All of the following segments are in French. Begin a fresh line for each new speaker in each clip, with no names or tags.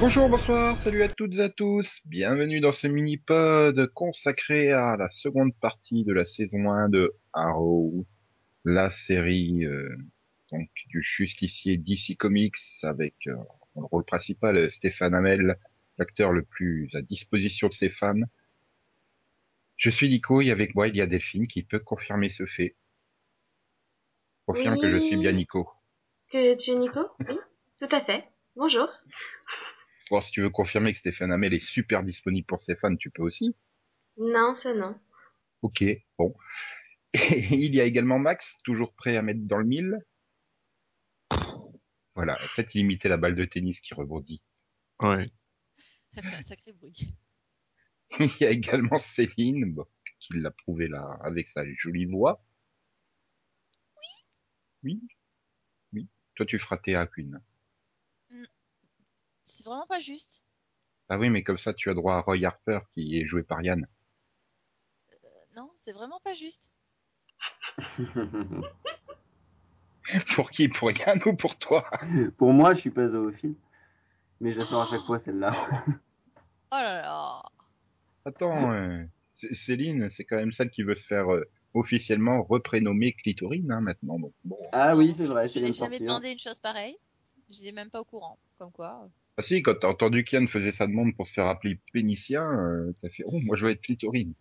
Bonjour, bonsoir, salut à toutes et à tous. Bienvenue dans ce mini-pod consacré à la seconde partie de la saison 1 de Arrow, la série euh, donc du justicier DC Comics avec euh, dans le rôle principal euh, Stéphane Hamel, l'acteur le plus à disposition de ses fans. Je suis Nico et avec moi il y a Delphine qui peut confirmer ce fait. Confirme que je suis bien
Oui.
Nico.
Que tu es Nico Oui, tout à fait. Bonjour.
Bon, si tu veux confirmer que Stéphane Hamel est super disponible pour ses fans, tu peux aussi.
Non, ça non.
Ok, bon. Et il y a également Max, toujours prêt à mettre dans le mille. Voilà, en fait, il imitait la balle de tennis qui rebondit.
Ouais.
Ça fait un sacré bruit.
Il y a également Céline, bon, qui l'a prouvé là, avec sa jolie voix. Oui, oui. Toi, tu feras tes lacunes.
C'est vraiment pas juste.
Ah oui, mais comme ça, tu as droit à Roy Harper, qui est joué par Yann.
Euh, non, c'est vraiment pas juste.
Pour qui? Pour Yann ou pour toi?
Pour moi, je suis pas zoophile, mais je la sors à chaque fois celle-là.
Oh là là.
Attends, euh, C- Céline, c'est quand même celle qui veut se faire euh, officiellement reprénommer Clitorine, hein, maintenant. Donc, bon.
Ah
Non,
oui, c'est vrai,
Je
c'est hein.
n'ai
bien de
jamais
sortir.
demandé une chose pareille. Je n'étais même pas au courant. Comme quoi. euh,
Ah si, quand t'as entendu qu'Yann faisait sa demande pour se faire appeler Pénitien, euh, t'as fait « Oh, moi je veux être clitorine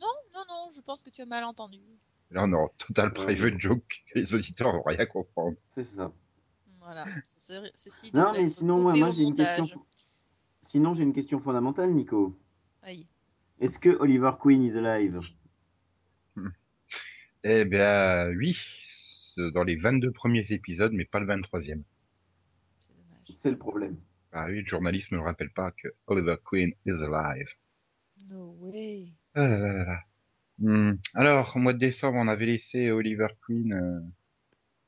Non, non, non, je pense que tu as mal entendu. ».
Là, on est en total private joke, les auditeurs vont rien comprendre.
C'est ça.
Voilà. Ce serait- Ceci
Non,
devrait
mais
être
sinon, moi,
coupé
moi,
au
j'ai une question.
montage.
Sinon, j'ai une question fondamentale, Nico.
Oui.
Est-ce que Oliver Queen is alive
Eh bien, oui, c'est dans les 22 premiers épisodes, mais pas le 23e.
C'est dommage.
C'est le problème.
Ah oui, le journaliste me rappelle pas que Oliver Queen is alive.
No way.
Ah là là là là. Hmm. Alors, au mois de décembre, on avait laissé Oliver Queen euh,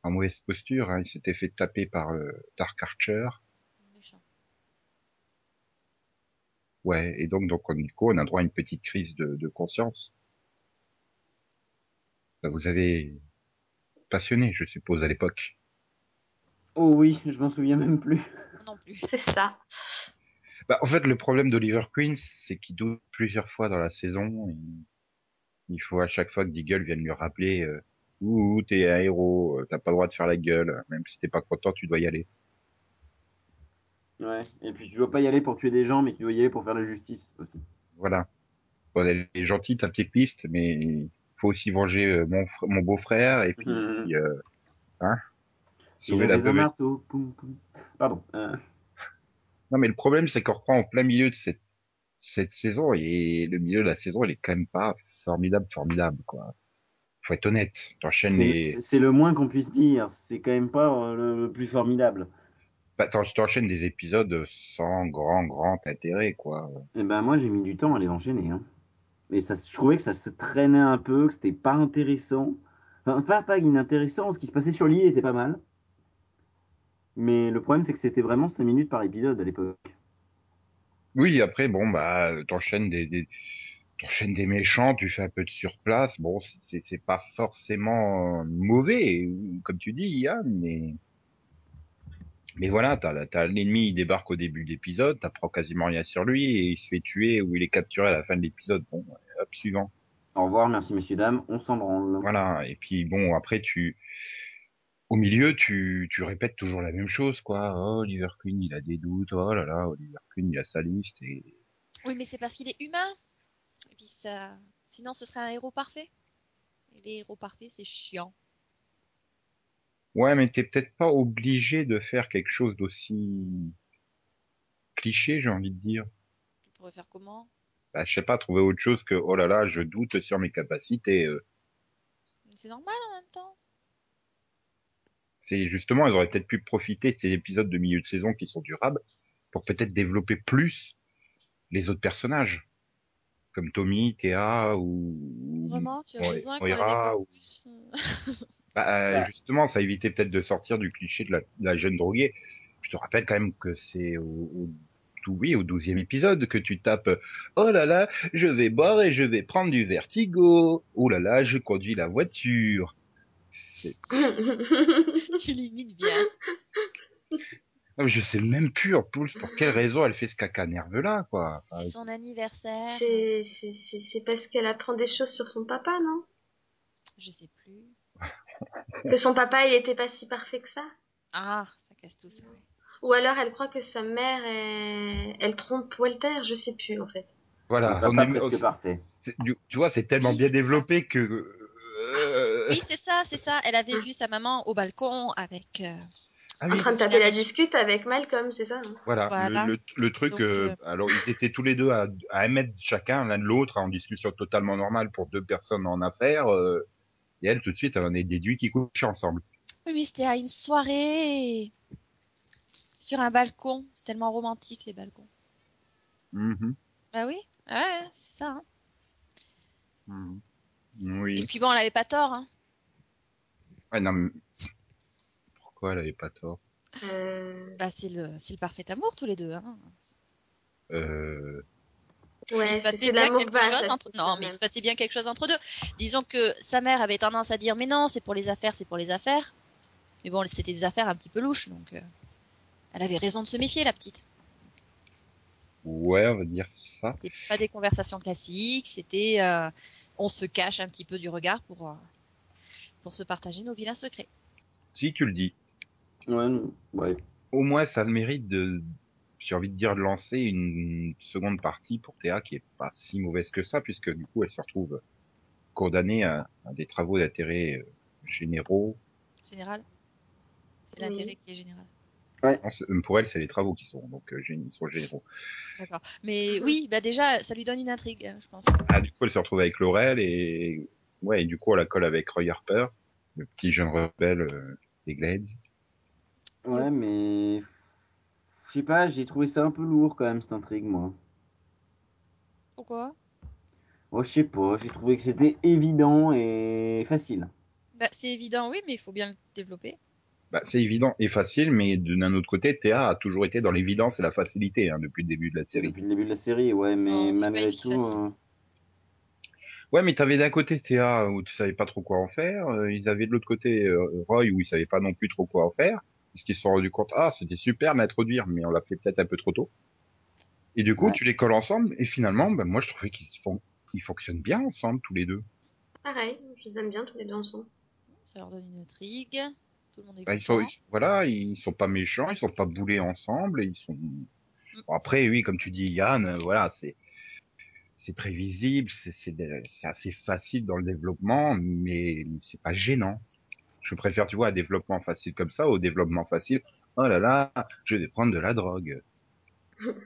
en mauvaise posture. hein. Il s'était fait taper par euh, Dark Archer.
Méchant.
Ouais, et donc, donc, Nico, on a droit à une petite crise de, de conscience. Ça vous avez passionné, je suppose, à l'époque.
Oh oui, je m'en souviens même plus.
Moi Non plus.
C'est ça.
Bah, en fait, le problème d'Oliver Queen, c'est qu'il doute plusieurs fois dans la saison. et il faut à chaque fois que Deagle vienne lui rappeler euh, Ouh, t'es un héros, euh, t'as pas le droit de faire la gueule. Même si t'es pas content, tu dois y aller.
Ouais. Et puis, tu dois pas y aller pour tuer des gens, mais tu dois y aller pour faire la justice aussi.
Voilà. Bon, elle est gentille, ta petite piste, mais faut aussi venger euh, mon, fr- mon beau-frère et puis
Mhm.
euh, hein,
Ils
sauver la
avaient un
veuve et
marteau. Poum, poum. Pardon. euh,
Non, mais le problème, c'est qu'on reprend en plein milieu de cette, cette saison, et le milieu de la saison, elle est quand même pas formidable, formidable, quoi. Faut être honnête. T'enchaînes
c'est
les,
c'est- c'est le moins qu'on puisse dire. C'est quand même pas euh, le, le plus formidable.
bah, t'en- t'enchaînes des épisodes sans grand, grand intérêt, quoi.
Eh ben moi j'ai mis du temps à les enchaîner. Hein. Mais ça, je trouvais que ça se traînait un peu, que c'était pas intéressant. Enfin, pas, pas inintéressant, ce qui se passait sur l'île était pas mal. Mais le problème c'est que c'était vraiment 5 minutes par épisode à l'époque.
Oui, après, bon, bah, t'enchaînes des, des, t'enchaînes des méchants, tu fais un peu de surplace. Bon, c'est, c'est- c'est pas forcément mauvais, comme tu dis, Yann, mais, mais voilà, t'as, la- t'as l'ennemi, il débarque au début de l'épisode, t'apprends quasiment rien sur lui, et il se fait tuer ou il est capturé à la fin de l'épisode. Bon, hop, suivant.
Au revoir, merci messieurs dames, on s'en branle.
Voilà. Et puis bon, après tu, au milieu, tu, tu répètes toujours la même chose, quoi. Oh, Oliver Queen, il a des doutes. Oh là là, Oliver Queen, il a sa liste. Et
Oui, mais c'est parce qu'il est humain. Et puis ça. Sinon, ce serait un héros parfait. Et les héros parfaits, c'est chiant.
ouais, mais t'es peut-être pas obligé de faire quelque chose d'aussi cliché, j'ai envie de dire.
Tu pourrais faire comment
Bah, je sais pas, trouver autre chose que oh là là, je doute sur mes capacités. euh.
C'est normal en même temps.
C'est justement, ils auraient peut-être pu profiter de ces épisodes de milieu de saison qui sont durables pour peut-être développer plus les autres personnages, comme Tommy, Théa ou
Vraiment, tu as
Ouais,
besoin
on
qu'on les
ira
développe
où-
plus. euh,
Bah, euh,
Ouais.
justement, ça évitait peut-être de sortir du cliché de la, de la jeune droguée. Je te rappelle quand même que c'est au, au, tout- oui, au 12e épisode que tu tapes euh, Oh là là, je vais boire et je vais prendre du vertigo. Oh là là, je conduis la voiture. C'est-
oui,
tu limites bien.
Ah, mais je sais même plus en plus pour quel réseau elle fait ce caca nerveux là, quoi. Enfin,
C'est son anniversaire.
C'est c'est- c'est- c'est parce qu'elle apprend des choses sur son papa, non
Je sais plus.
Que son papa, il était pas si parfait que ça
Ah, ça casse tout ça. ouais.
Ou alors elle croit que sa mère, est- elle trompe Walter, je sais plus en fait.
voilà,
Papa
on est,
presque parfait.
c'est- du- tu vois, c'est tellement
Oui,
bien
c'est ça.
développé que. euh,
Oui, c'est ça, c'est ça. Elle avait vu sa maman au balcon avec. euh,
ah
En
oui,
train de taper la discute avec Malcolm, c'est ça hein
voilà,
Voilà.
Le, le- le truc.
Donc,
euh,
euh,
Alors, ils étaient tous les deux à, à un mètre chacun, l'un de l'autre, hein, en discussion totalement normale pour deux personnes en affaires. euh, et elle, tout de suite, elle en est déduit qu'ils couchent ensemble.
Oui, mais c'était à une soirée sur un balcon. C'est tellement romantique les balcons.
Mhm,
Bah oui, ouais, c'est ça. hein.
mhm. Oui.
Et puis bon, elle avait pas tort. Hein.
Ouais, non, mais... Pourquoi elle avait pas tort
Euh,
Bah c'est le, c'est le parfait amour tous les deux. Hein.
euh...
Ouais,
il se passait
c'était
bien
l'amour
quelque
vague,
chose
ça,
entre
c'est
non
ça,
mais il
même.
se passait bien quelque chose entre deux disons que sa mère avait tendance à dire mais non c'est pour les affaires c'est pour les affaires mais bon c'était des affaires un petit peu louches donc euh, elle avait raison de se méfier la petite
Ouais, on va dire ça.
c'était pas des conversations classiques c'était euh, on se cache un petit peu du regard pour euh, pour se partager nos vilains secrets
Si tu le dis.
Ouais, non, ouais.
Au moins, ça a le mérite de, j'ai envie de dire, de lancer une seconde partie pour Théa qui est pas si mauvaise que ça, puisque du coup, elle se retrouve condamnée à, à des travaux d'intérêt euh, généraux.
général c'est
Oui.
l'intérêt qui est général
Non, c'est- euh, pour elle, c'est les travaux qui sont, donc, euh, gé- ils sont généraux.
d'accord mais oui bah déjà ça lui donne une intrigue hein, je pense
Ah, du coup, elle se retrouve avec Laurel et, ouais, et du coup, elle la colle avec Roy Harper, le petit jeune rebelle euh, des Glades.
Ouais, mais. Je sais pas, j'ai trouvé ça un peu lourd quand même, cette intrigue, moi.
pourquoi
Oh, je sais pas, j'ai trouvé que c'était évident et facile.
bah c'est évident oui mais il faut bien le développer
Bah, c'est évident et facile, mais d'un autre côté, Théa a toujours été dans l'évidence et la facilité hein, depuis le début de la série.
Depuis le début de la série, ouais, mais
Non, c'est pas
malgré
écrit
tout.
facile.
euh,
Ouais, mais t'avais d'un côté Théa où tu savais pas trop quoi en faire, euh, ils avaient de l'autre côté euh, Roy où ils savaient pas non plus trop quoi en faire, parce qu'ils se sont rendus compte, ah, c'était super de l'introduire, mais on l'a fait peut-être un peu trop tôt. Et du coup,
Ouais.
tu les colles ensemble, et finalement, ben, moi je trouvais qu'ils se font... ils fonctionnent bien ensemble, tous les deux.
Pareil, je les aime bien tous les deux ensemble.
ça leur donne une intrigue tout le monde est
Ben, ils
content
sont, ils- voilà, ils sont pas méchants, ils sont pas boulés ensemble, et ils sont. Bon, après, oui, comme tu dis, Yann, euh, voilà, c'est c'est prévisible, c'est c'est de- c'est assez facile dans le développement, mais c'est pas gênant. Je préfère, tu vois, un développement facile comme ça au développement facile. Oh là là, je vais prendre de la drogue.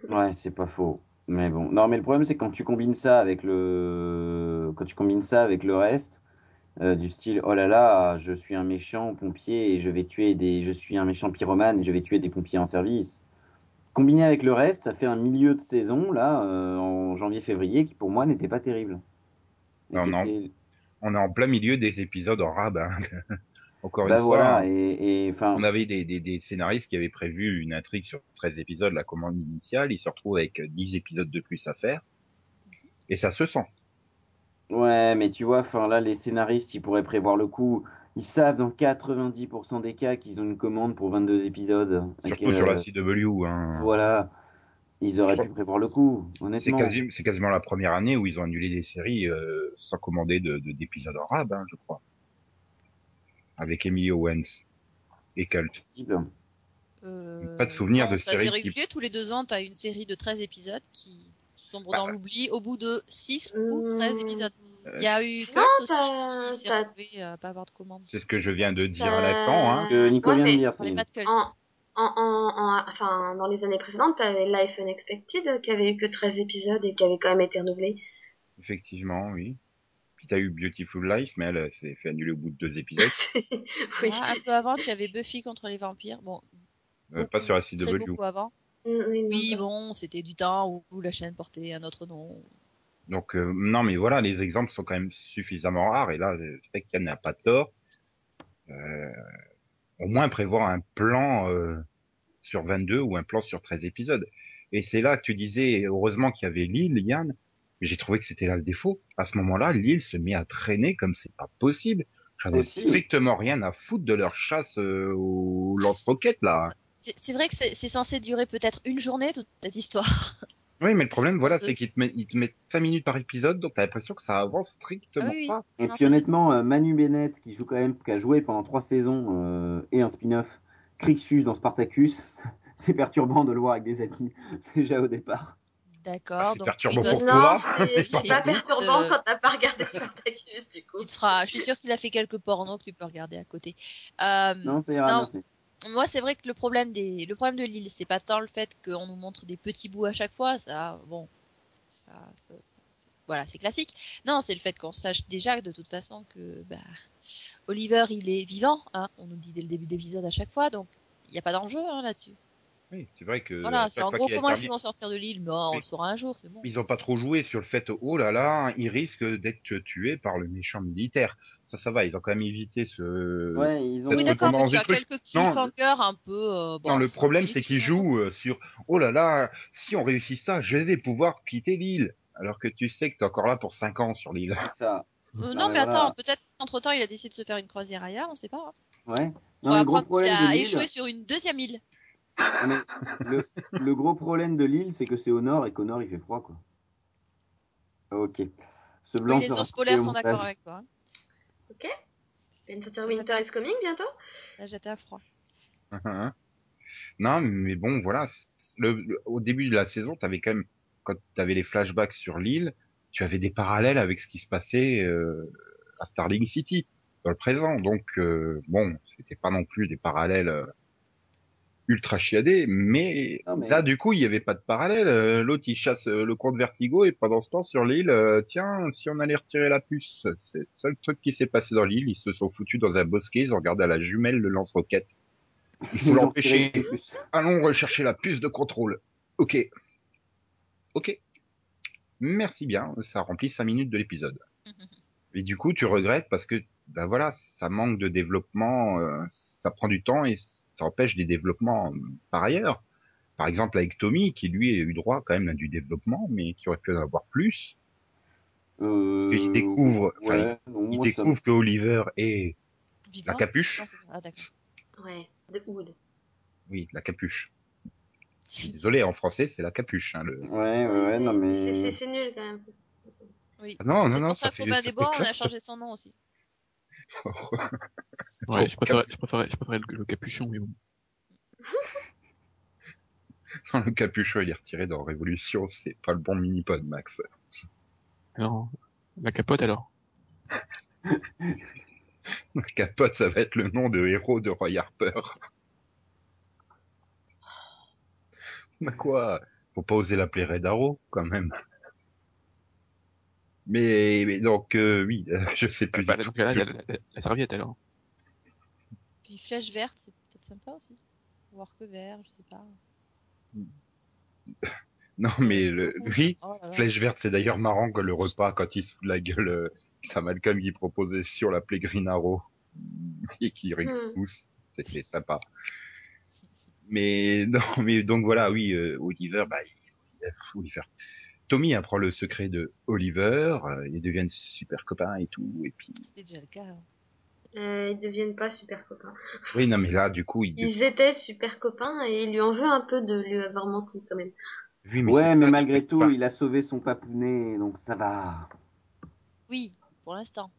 Ouais, c'est pas faux. Mais bon, non, mais le problème c'est quand tu combines ça avec le, quand tu combines ça avec le reste, euh, du style oh là là, je suis un méchant pompier et je vais tuer des, je suis un méchant pyromane et je vais tuer des pompiers en service. Combiné avec le reste, ça fait un milieu de saison là euh, en janvier-février qui pour moi n'était pas terrible. Et
Non,
qui
non.
était-
On est en plein milieu des épisodes en rab. hein. Encore
Bah
une
voilà
fois,
et et, enfin
on avait des, des, des scénaristes qui avaient prévu une intrigue sur 13 épisodes, la commande initiale. Ils se retrouvent avec 10 épisodes de plus à faire. Et ça se sent.
Ouais, mais tu vois, enfin là, les scénaristes, ils pourraient prévoir le coup. Ils savent dans 90% des cas qu'ils ont une commande pour 22 épisodes. Et
Surtout
que,
sur la CW. Hein.
Voilà, ils
Je
auraient
crois-
pu prévoir le coup,
C'est
honnêtement.
quasi, c'est quasiment la première année où ils ont annulé des séries euh, sans commander de, de- d'épisodes en rab, hein, je crois. Avec Emily Owens et Cult.
Possible.
Euh,
Pas de souvenir
non,
de
c'est assez
série qui-
régulier. Tous les deux ans, tu as une série de 13 épisodes qui sombre
Bah,
dans l'oubli au bout de 6 ou 13 épisodes.
Euh,
Il y a eu Kurt
t'as-
aussi qui s'est
t'as-
retrouvé à pas avoir de commande.
C'est ce que je viens de dire à
Euh,
l'instant. Hein.
Ce que Nico
Ouais,
vient de
mais
dire,
On parlait
Céline.
pas de Kurt.
En, en, en, en- enfin, dans les années précédentes, t'avais Life Unexpected euh, qui avait eu que 13 épisodes et qui avait quand même été renouvelé.
Effectivement, oui. Puis t'as eu Beautiful Life, mais elle euh, s'est fait annuler au bout de deux épisodes.
oui.
Ah, un peu avant, tu avais Buffy contre les vampires. Bon,
Euh, pas sur la
très
CW.
beaucoup avant.
Mm, oui, non,
Oui,
ça-
bon, c'était du temps où, où la chaîne portait un autre nom.
Donc euh, non, mais voilà, les exemples sont quand même suffisamment rares. Et là, le fait qu'il n'a pas tort. Euh, au moins prévoir un plan euh, sur 22 ou un plan sur 13 épisodes. Et c'est là que tu disais, heureusement qu'il y avait Lille, Yann. mais J'ai trouvé que c'était là le défaut. À ce moment-là, Lille se met à traîner comme c'est pas possible. J'en ai
Aussi.
strictement rien à foutre de leur chasse euh, au lance-roquettes là.
C'est c'est vrai que c'est c'est censé durer peut-être une journée toute cette histoire.
Oui, mais le problème, voilà,
Deux.
c'est qu'ils te mettent, ils te mettent 5 minutes par épisode, donc t'as l'impression que ça avance strictement
Ah oui, oui.
pas.
Et
Non,
puis
ça, c'est-
honnêtement, euh, Manu Bennett, qui joue quand même, qui a joué pendant trois saisons euh, et un spin-off, Crixus dans Spartacus, c'est perturbant de le voir avec des habits déjà au départ.
Ah,
D'accord.
c'est
donc
perturbant
il doit-
pour
tu
euh, Non,
toi.
c'est c'est pas
Écoute,
perturbant
euh,
quand t'as pas regardé Spartacus, du coup.
te feras. Je suis sûre qu'il a fait quelques pornos que tu peux regarder à côté. Euh,
Non, ça ira,
non,
merci.
Moi, c'est vrai que le problème des, le problème de l'île, c'est pas tant le fait qu'on nous montre des petits bouts à chaque fois, ça, bon, ça, ça- ça- ça- voilà, c'est classique. Non, c'est le fait qu'on sache déjà de toute façon que bah, Oliver, il est vivant, hein, on nous le dit dès le début de l'épisode à chaque fois, donc il n'y a pas d'enjeu hein, là-dessus.
Oui, c'est vrai que. Euh, à
Voilà,
chaque
c'est en
fois
gros
qu'il a été
comment est-ce
revenu-
qu'ils vont sortir de l'île, mais on
Mais-
le saura un jour, c'est bon.
ils ont pas trop joué sur le fait oh là là ils risquent d'être tués par le méchant militaire ça ça va ils ont quand même évité ce
Ouais, ils ont.
Oui,
cette
d'accord, mais
redondance
tu
du
as
truc
quelques
Non,
cliffhangers un peu. euh, bon,
non le
c'est
problème
les
c'est qu'ils
cliffhangers.
jouent euh, sur oh là là si on réussit ça je vais pouvoir quitter l'île alors que tu sais que t'es encore là pour cinq ans sur l'île
C'est ça.
Euh,
Non,
non,
mais
mais attends,
voilà.
peut-être entre temps il a décidé de se faire une croisière ailleurs, on sait pas. hein.
Ouais.
On va
Non, mais le gros
apprendre qu'il
problème de
a
l'île.
échoué sur une deuxième île.
non, mais le, le gros problème de l'île, c'est que c'est au nord et qu'au nord, il fait froid, quoi. Ok. Ce
Oui,
blanc
les
sera
ours
coupé
polaires
au
sont d'accord
montage.
avec toi. hein.
Ok. Winter,
Ça jette
Winter
un-
is coming bientôt
ça jette un froid.
Hein, non mais bon voilà C'est- le, le- au début de la saison t'avais quand même quand t'avais les flashbacks sur l'île tu avais des parallèles avec ce qui se passait euh, à Starling City dans le présent donc euh, bon c'était pas non plus des parallèles euh, ultra chiadé, mais
Non,
là,
mais.
du coup, il n'y avait pas de parallèle. Euh, L'autre, il chasse euh, le comte Vertigo, et pendant ce temps, sur l'île, euh, tiens, si on allait retirer la puce, c'est le seul truc qui s'est passé dans l'île. Ils se sont foutus dans un bosquet, ils ont regardé à la jumelle le lance-roquette. Il faut
Ils l'ont tiré
l'empêcher.
une puce.
Allons rechercher la puce de contrôle. Ok. Ok. Merci bien, ça remplit cinq minutes de l'épisode. Et du coup, tu regrettes parce que, ben voilà, ça manque de développement, euh, ça prend du temps et ça empêche des développements euh, par ailleurs. Par exemple, avec Tommy, qui lui a eu droit quand même à du développement, mais qui aurait pu en avoir plus. Parce qu'il
Euh,
découvre, enfin, il,
ouais, non,
il
moi, ça me-
découvre que Oliver est la
Vivant
capuche.
Non, c'est- Ah, d'accord.
Ouais, de Hood.
Oui, la capuche. Désolé, en français, c'est la capuche. Hein, le...
Ouais, ouais, ouais, non,
C'est-
mais.
c'est- C'est nul quand même.
Oui.
Ah non, non,
C'est
non,
pour
ça
ça
fait
que
des
Robin des Bois, on a
classe.
changé son nom aussi.
Trop
Ouais, je préférais,
capu-
je préférais, je préférais le, le capuchon, mais bon.
le capuchon, il est retiré dans Révolution, c'est pas le bon mini-pod, Max.
Non, la capote alors.
La capote, ça va être le nom de héros de Roy Harper. Bah quoi Faut pas oser l'appeler Red Arrow, quand même. Mais, mais donc, euh, oui, je sais
Ah,
plus
bah,
du tout.
donc là,
ce que
la,
je-
la, la- la serviette alors.
Puis Flèche Verte, c'est peut-être sympa aussi. Ou Arc Vert, je sais pas.
Non,
Euh,
Oh, mais le,
rouge.
lui,
Oh là là.
Flèche Verte, c'est d'ailleurs marrant que le repas, quand il se fout de la gueule, euh, Sam Malcolm qui proposait si on l'appelait Green Arrow, et qui rigole
Hmm.
tous, c'était sympa. Mais, non, mais donc voilà, oui, euh, Oliver, bah, il- il- Oliver. Tommy apprend le secret de Oliver, euh, ils deviennent super copains et tout, et puis...
C'est déjà le cas. hein.
Euh, ils deviennent pas super copains.
Oui, non, mais là, du coup, il...
Ils étaient super copains et il lui en veut un peu de lui avoir menti quand même.
Oui, mais
Ouais,
c'est
mais
ça,
malgré
quelque
tout,
part.
il a sauvé son papounet, donc ça va.
Oui, pour l'instant.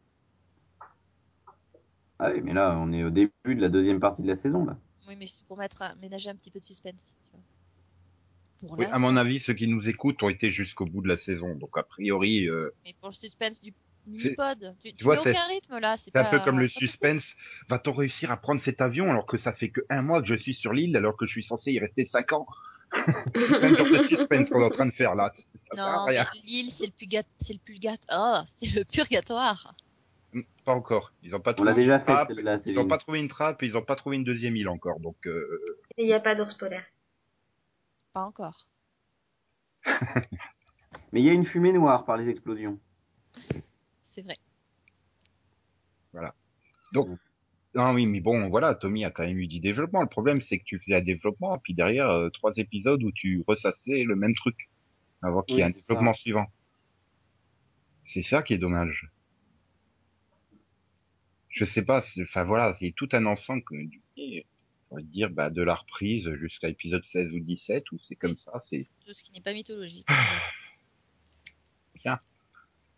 Ah oui, mais là, on est au début de la deuxième partie de la saison, là.
Oui, mais c'est pour mettre, un- ménager un petit peu de suspense. tu vois. Pour
Oui, à
l'instant.
mon avis, ceux qui nous écoutent ont été jusqu'au bout de la saison. Donc, a priori, euh,
Mais pour le suspense du
C'est-
mini-pod, tu, tu
vois,
mets
c'est-
aucun rythme là. C'est
c'est un peu
pas,
comme le
c'est pas possible.
suspense. Va-t-on réussir à prendre cet avion alors que ça fait que un mois que je suis sur l'île alors que je suis censé y rester cinq ans? C'est le même genre de suspense qu'on est en train de faire là. Ça sert à
Non, mais
rien.
l'île, c'est le purga- c'est le purga- oh, c'est le purgatoire.
Pas encore. Ils ont pas
On l'a
trouvé
déjà
une
faite,
trappe.
celle-là,
Ils ont
Céline.
pas trouvé une trappe. Ils ont pas trouvé une deuxième île encore. Donc, euh,
Et il n'y a pas d'ours polaire.
Pas encore.
Mais il y a une fumée noire par les explosions.
C'est vrai.
non, oui, mais bon, voilà, Tommy a quand même eu du développement. Le problème, c'est que tu faisais un développement, puis derrière, euh, trois épisodes où tu ressassais le même truc avant qu'il y ait
Oui,
un
c'est ça.
développement suivant. C'est ça qui est dommage. Je sais pas, c'est- enfin voilà, c'est tout un ensemble. que- on va dire, bah, de la reprise jusqu'à épisode 16 ou 17, où c'est comme
Oui.
ça, c'est
Tout ce qui n'est pas mythologique.
Ah. bien.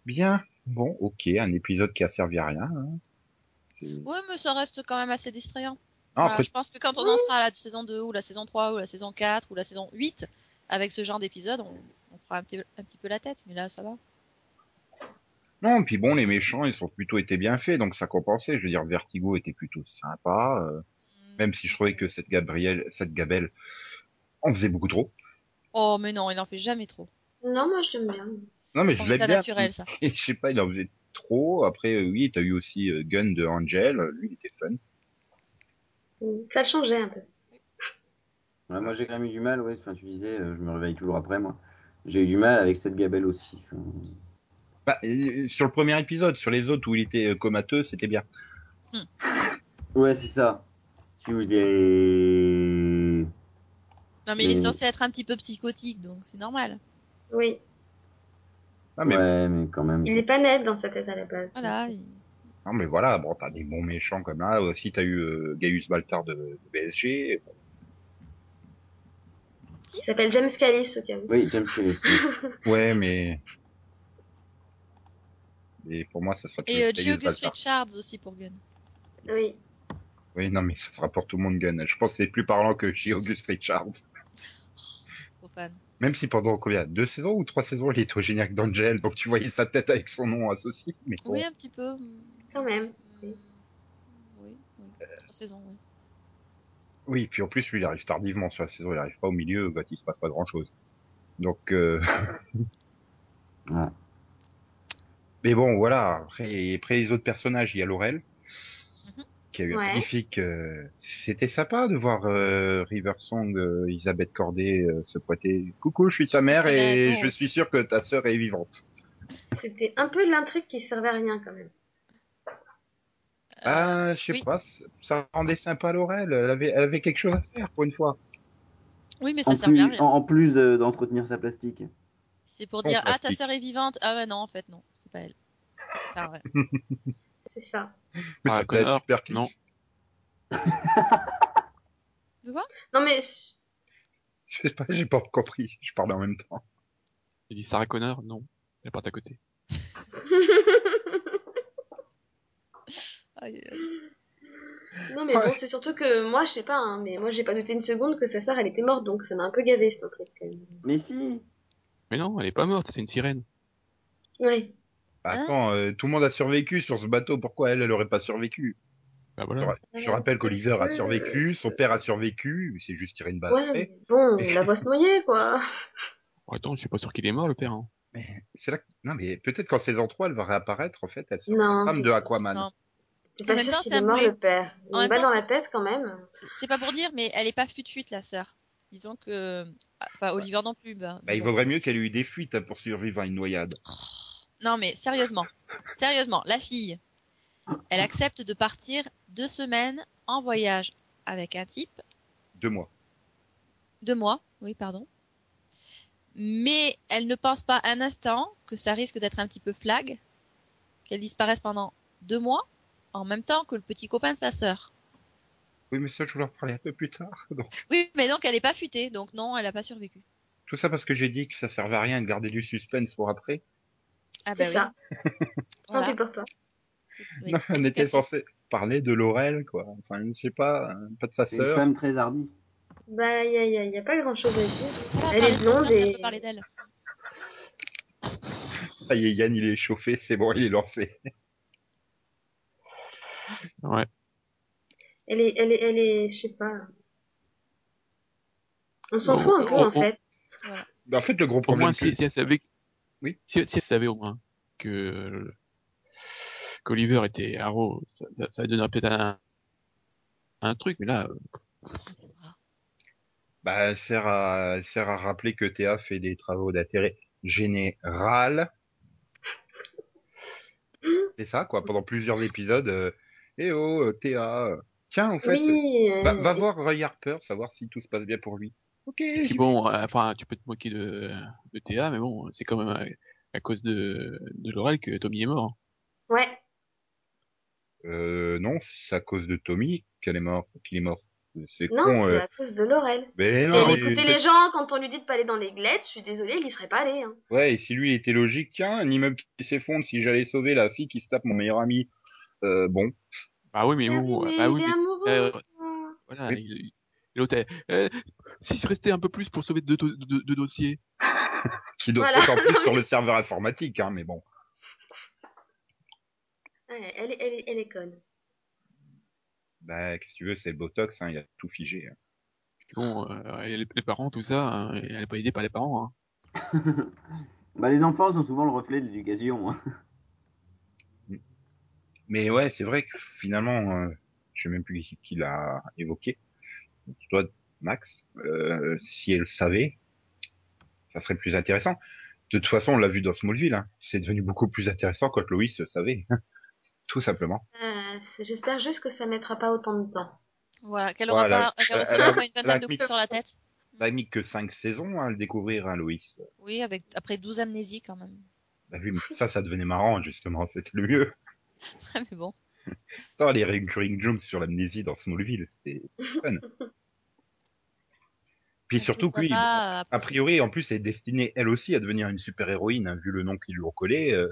Bien. Bon, ok, un épisode qui a servi à rien. hein. C'est-
Oui, mais ça reste quand même assez distrayant.
Ah,
Voilà,
après,
je pense que quand on en sera à la saison 2 ou la saison 3 ou la saison 4 ou la saison 8, avec ce genre d'épisode, on, on fera un petit, un petit peu la tête, mais là ça va.
Non, puis bon, les méchants, ils ont plutôt été bien faits, donc ça compensait. Je veux dire, Vertigo était plutôt sympa, euh, même si je trouvais que cette Gabrielle, cette Gabelle, en faisait beaucoup trop.
Oh mais non, il n'en fait jamais trop.
Non, moi je l'aime bien.
Non,
C'est
mais
son
je l'aime
état
bien.
naturel ça.
Et je sais pas, il en faisait trop. Après, euh, oui, t'as eu aussi euh, Gun de Angel, lui, il était fun.
Mm. Ça le changeait un peu.
Ouais, moi, j'ai quand même eu du mal, ouais. Enfin, tu disais, euh, je me réveille toujours après, moi. J'ai eu du mal avec cette gabelle aussi. Enfin,
Bah, euh, sur le premier épisode, sur les autres où il était euh, comateux, c'était bien.
Ouais, c'est ça. Tu des.
Non mais il est
Euh.
Mais-
censé être un petit peu psychotique, donc c'est normal.
Oui.
Ah, mais,
Ouais, mais quand même.
Il n'est pas net dans sa tête à la base.
Voilà. il-
non, mais voilà, bon, t'as des bons méchants comme là. Aussi, t'as eu euh, Gaius Baltar de, de BSG. Bon,
Il s'appelle James Callis au cas où.
Oui, James Kelly.
Ouais, mais... Et pour moi, ça sera
Et euh,
toujours Gaius
Geogus
Baltar.
Richards aussi pour Gun.
Ah Oui.
Oui, non, mais ça sera pour tout le monde Gun. Je pense que c'est plus parlant que chez August Richards.
Faut pas-
Même si pendant combien Deux saisons ou trois saisons, il était au générique d'Angel, donc tu voyais sa tête avec son nom associé. Mais bon,
Oui, un petit peu. mm,
Quand même.
Oui, Euh. oui. Trois saisons, oui.
oui, puis en plus, lui, il arrive tardivement sur la saison, il arrive pas au milieu quand il se passe pas grand-chose. Donc, euh,
Ouais.
mais bon, voilà. Après, après les autres personnages, il y a Laurel,
Mhm.
qui a eu un
Ouais.
magnifique... euh, C'était sympa de voir euh, River Song, euh, Elisabeth Corday euh, se pointer. Coucou, je suis ta
Je
mère
mettrai la
et
grosse.
je suis sûr que ta sœur est vivante.
C'était un peu de l'intrigue qui servait à rien quand même.
Ah, je sais
oui.
pas, c- ça rendait sympa Laurel, elle avait, elle avait quelque chose à faire pour une fois.
Oui, mais
En
ça sert bien à
plus, en,
rien.
en plus de- d'entretenir sa plastique.
C'est pour
Ton
dire ah ta
plastique.
sœur est vivante. Ah ouais non en fait non, c'est pas elle. Ça sert à rien.
C'est ça.
Mais
Ah,
ça fait
connard,
super kiff.
non.
De quoi
Non mais c-
Je sais pas, j'ai pas compris, je parle en même temps.
Il dit Sarah Connor, non. Elle part à côté.
Aïe, aïe.
non mais
Ouais.
bon, c'est surtout que moi, je sais pas, hein, mais moi j'ai pas douté une seconde que sa sœur elle était morte, donc ça m'a un peu gavé cette intrigue quand même.
Mais si
Mais non, elle est pas morte, c'est une sirène.
Oui. Hein
Attends, euh, tout le monde a survécu sur ce bateau, pourquoi elle, elle aurait pas survécu
Bah
je,
voilà.
ra- je rappelle qu'Oliver a survécu, son père a survécu, Bah, c'est juste tirer une balle
Ouais,
après.
mais bon, on la voit se noyer quoi.
Attends, je suis pas sûr qu'il est mort, le père. Hein.
C'est là que- Non mais peut-être qu'en saison 3, elle va réapparaître, en fait, elle sera
Non,
la femme
c'est-
de Aquaman.
Non.
T'es
En
pas
même temps,
sûr qu'il
c'est
est
un
mort
boulet.
le père.
En
Une
même
balle
temps,
dans la
c'est-
tête quand même.
C'est c'est pas pour dire, mais elle est pas fuite-fuite, la sœur. Disons que. ah, Enfin, Oliver non plus. bah,
Bah,
mais
il
bon.
vaudrait mieux qu'elle ait eu des fuites hein, pour survivre à une noyade.
Non, mais sérieusement. Sérieusement, la fille, elle accepte de partir deux semaines en voyage avec un type,
Deux mois.
deux mois, oui, pardon. Mais elle ne pense pas un instant que ça risque d'être un petit peu flag, qu'elle disparaisse pendant deux mois, en même temps que le petit copain de sa sœur.
Oui, mais ça, je vous en reparlerai un peu plus tard. Donc,
Oui, mais donc elle est pas futée, donc non, elle a pas survécu.
tout ça parce que j'ai dit que ça servait à rien de garder du suspense pour après.
Ah bah
C'est
oui.
ça. Tant
Voilà.
pis pour toi.
Non,
Oui.
on était
Cassie.
censé parler de Laurel, quoi. Enfin, je sais pas, hein, pas de sa
C'est une
sœur.
femme très hardie.
Bah, y a, y a- y a pas grand chose à dire.
Voilà,
Elle
parler
est
de sa sœur,
blonde
ça
et.
peut parler d'elle.
Ça y est, Yann, Ah, il est chauffé, c'est bon, il est lancé.
Ouais.
Elle est, elle est, elle est, je sais pas. On s'en
Bon,
fout un peu
on-
en
on-
fait.
Mais Bah, en fait, le gros
Au
problème
moins,
que...
si, si elle savait...
Oui.
Si, si elle savait au moins que... euh, qu'Oliver était Arrow, ça, ça, ça donnerait peut-être un... un truc, mais là, euh,
bah, elle sert à, elle sert à rappeler que Théa fait des travaux d'intérêt général.
Mmh.
C'est ça, quoi, pendant plusieurs épisodes. euh, Eh oh, euh, Théa. euh, Tiens, en fait, euh,
Oui. euh,
va, va voir Roy Harper, savoir si tout se passe bien pour lui. Ok,
puis
j'y-
bon, euh, enfin, tu peux te moquer de, de Théa, mais bon, c'est quand même à, à cause de, de Laurel que Tommy est mort.
Ouais.
Euh, non, c'est à cause de Tommy qu'elle est mort, qu'il est mort. C'est
Non,
con.
c'est
euh.
à cause de Laurel.
Mais
Si
non,
elle
mais-
écoutait Euh, les gens quand on lui dit de pas aller dans les glettes, je suis désolée, il y serait pas allé. Hein.
Ouais, et si lui était logique, tiens, un immeuble qui s'effondre, si j'allais sauver la fille qui se tape mon meilleur ami, euh, bon.
Ah oui, mais
Ah
où
oui, mais
Bah
il
oui,
est
mais
amoureux.
euh,
hein.
voilà.
Oui.
il- il- L'autre, elle, euh, si je restais un peu plus pour sauver deux, do- deux- deux dossiers.
Qui doit
Voilà.
être en plus sur le serveur informatique, hein, mais bon.
Ouais, elle, est, elle, est, elle est conne.
Bah, qu'est-ce que tu veux, c'est le Botox, hein, il a tout figé. hein.
Puis Bon, euh, et les, les parents, tout ça, hein, elle n'est pas aidée par les parents. Hein.
Bah, les enfants sont souvent le reflet de l'éducation. hein.
Mais ouais, c'est vrai que finalement, euh, je sais même plus qui, qui l'a évoqué. Toi, Max, euh, si elle savait, ça serait plus intéressant. De toute façon, on l'a vu dans Smallville, hein. c'est devenu beaucoup plus intéressant quand Loïs le savait, tout simplement.
Euh, J'espère juste que ça mettra pas autant de temps.
Voilà, qu'elle aura
Voilà.
pas, qu'elle
Elle-
recevra
elle a-
pas une
elle a
vingtaine de
mis-
coups sur la tête.
Ça a mis que cinq saisons hein, à le découvrir, hein, Loïs.
Oui, avec, après 12 amnésies quand même.
Bah oui, mais ça, ça devenait marrant, justement, c'était le mieux.
mais bon.
Attends, les recurring jokes sur l'amnésie dans Smallville, c'était fun. Puis
Après,
surtout que
ça
oui,
va, après,
a
c'est-
priori, en plus, elle est destinée, elle aussi, à devenir une super-héroïne, hein, vu le nom qu'ils lui ont collé. euh,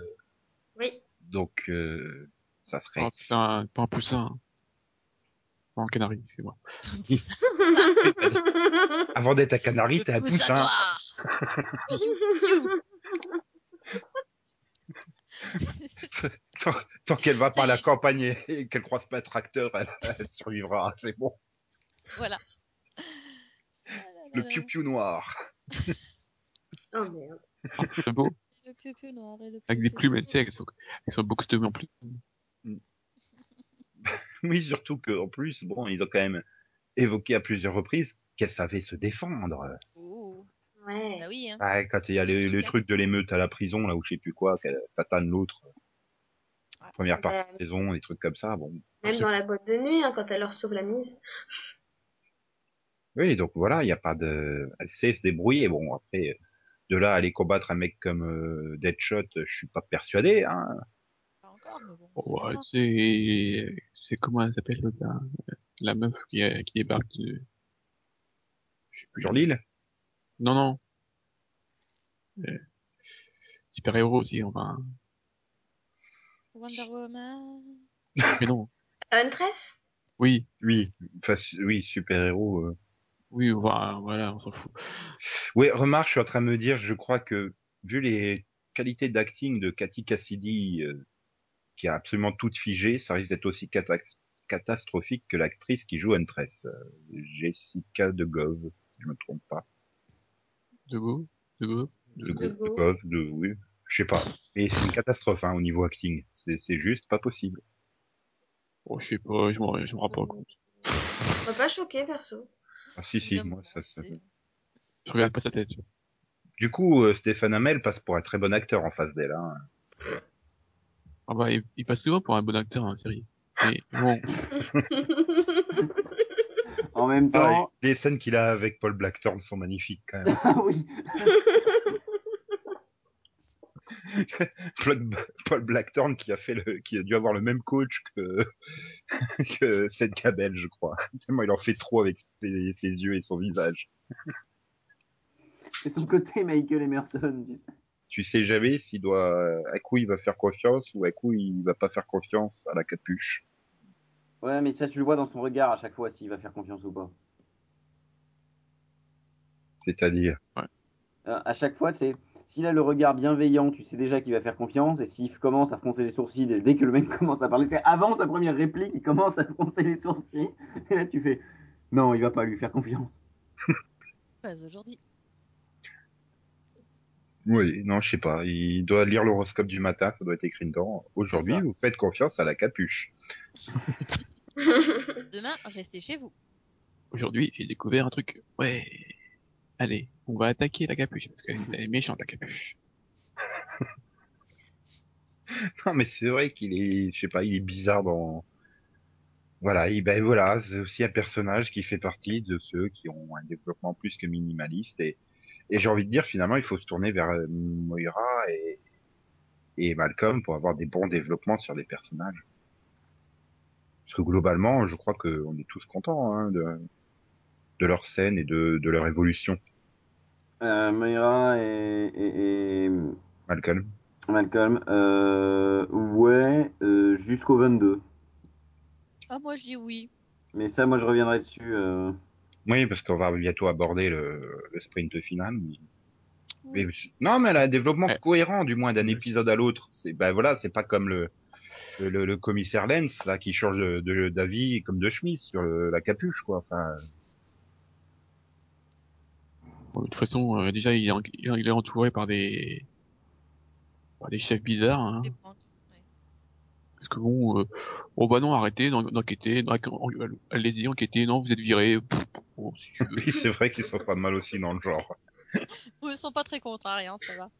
Oui.
donc, euh, ça serait...
Oh putain, pas un poussin. hein. Pas un canari, c'est moi. Ah,
Avant d'être à hein. Canary,
Le
t'es un
poussin
poussin.
noir. Piou, piou.
Tant, tant qu'elle va par la
Ça y est.
campagne et qu'elle croise pas de tracteur, elle, elle survivra, hein, c'est bon.
voilà. Euh.
Le piou-piou noir.
oh merde.
Ah, c'est beau.
Le piou piou noir et le piou
Avec des
piou
plumes,
piou.
tu sais, avec son, avec son box de plumes en plus.
Oui, surtout que en plus, bon, ils ont quand même évoqué à plusieurs reprises qu'elle savait se défendre.
Oh,
Ouais.
bah oui, hein.
Ah, quand il y a les, les trucs de l'émeute à la prison, là où je sais plus quoi, qu'elle tatane l'autre, euh, première partie de saison, des trucs comme ça, bon.
Même dans la boîte de nuit, hein, quand elle leur sauve la mise.
Oui, donc voilà, il n'y a pas de... Elle sait se débrouiller, bon, après, euh, de là à aller combattre un mec comme euh, Deadshot, euh, je suis pas persuadé, hein.
Pas encore, mais bon.
Oh, ouais,
ça
c'est, c'est comment elle s'appelle, l'autre, là la meuf qui, euh, qui débarque de... je sais plus.
Sur l'île
Non, non. Euh, super héros aussi, enfin.
va. Wonder Woman.
Mais non.
Huntress
Oui,
Oui, enfin, su- oui, super-héros. euh.
oui, voilà, voilà, on s'en fout.
Ouais, remarque, je suis en train de me dire, je crois que, vu les qualités d'acting de Cathy Cassidy, euh, qui a absolument toute figée, ça risque d'être aussi cata- catastrophique que l'actrice qui joue Huntress, euh, Jessica de Gove, si je me trompe pas.
De Go, de Go,
De,
de
Go-
Gaulle.
Go.
de
Gaulle.
Gove, de oui, je sais pas. Mais c'est une catastrophe hein, au niveau acting, c'est c'est juste pas possible.
Oh, je sais pas, je m'en, je m'en rends pas compte.
On va pas choquer, perso.
Ah, si si,
Bien,
moi
bon,
ça. ça-
c'est-
Je regarde pas sa tête.
Du coup, euh, Stéphane Hamel passe pour un très bon acteur en face d'elle. Hein.
Ah bah, il, il passe souvent pour un bon acteur en série. Mais bon,
En même temps,
Ah, les scènes qu'il a avec Paul Blackthorne sont magnifiques quand même.
ah oui,
Claude B- Paul Blackthorne qui a fait le, qui a dû avoir le même coach que que Seth Cabell, je crois. Tellement il en fait trop avec ses, ses yeux et son visage.
c'est son côté Michael Emerson. tu sais.
Tu sais jamais s'il doit, à coup il va faire confiance ou à coup il va pas faire confiance à la capuche.
Ouais, mais ça, tu le vois dans son regard à chaque fois s'il va faire confiance ou pas.
C'est-à-dire.
Euh, à chaque fois, c'est s'il a le regard bienveillant, tu sais déjà qu'il va faire confiance, et s'il commence à froncer les sourcils, et dès que le mec commence à parler, c'est avant sa première réplique, il commence à froncer les sourcils, et là tu fais non, il va pas lui faire confiance.
Pas aujourd'hui.
Oui, non, je sais pas. Il doit lire l'horoscope du matin, ça doit être écrit dedans. Aujourd'hui,
C'est ça.
vous faites confiance à la capuche.
Demain, restez chez vous.
aujourd'hui, j'ai découvert un truc. Ouais. Allez, on va attaquer la capuche, parce qu'elle elle est méchante, la capuche.
Non, mais c'est vrai qu'il est, je sais pas, il est bizarre dans. Voilà, il, ben voilà, c'est aussi un personnage qui fait partie de ceux qui ont un développement plus que minimaliste et, et j'ai envie de dire finalement il faut se tourner vers euh, Moira et, et Malcolm pour avoir des bons développements sur des personnages. Parce que globalement, je crois qu'on est tous contents hein, de, de leur scène et de, de leur évolution.
Euh, Moira et, et- et
Malcolm.
Malcolm, euh, ouais, euh, jusqu'au 22.
Ah, moi je dis oui.
Mais ça, moi, je reviendrai dessus. euh.
Oui, parce qu'on va bientôt aborder le, le sprint final. mais-
Oui.
mais- non, mais elle a un développement
Ouais.
cohérent, du moins d'un
Oui.
épisode à l'autre. C'est ben voilà, c'est pas comme le, le, le- le commissaire Lenz là qui change de de- d'avis comme de chemise sur le- la capuche quoi. Enfin,
Bon, de toute façon, euh, déjà, il est, en- il est- il est entouré par des, par des chefs bizarres. hein.
Des banques. ouais.
Parce que bon, euh, oh bah non, arrêtez d'en- d'enquêter, d'en- en- allez-y, enquêtez, non, vous êtes viré, bon, si tu veux.
oui, c'est vrai qu'ils sont pas mal aussi dans le genre.
Ils sont pas très contrariés, hein, ça va.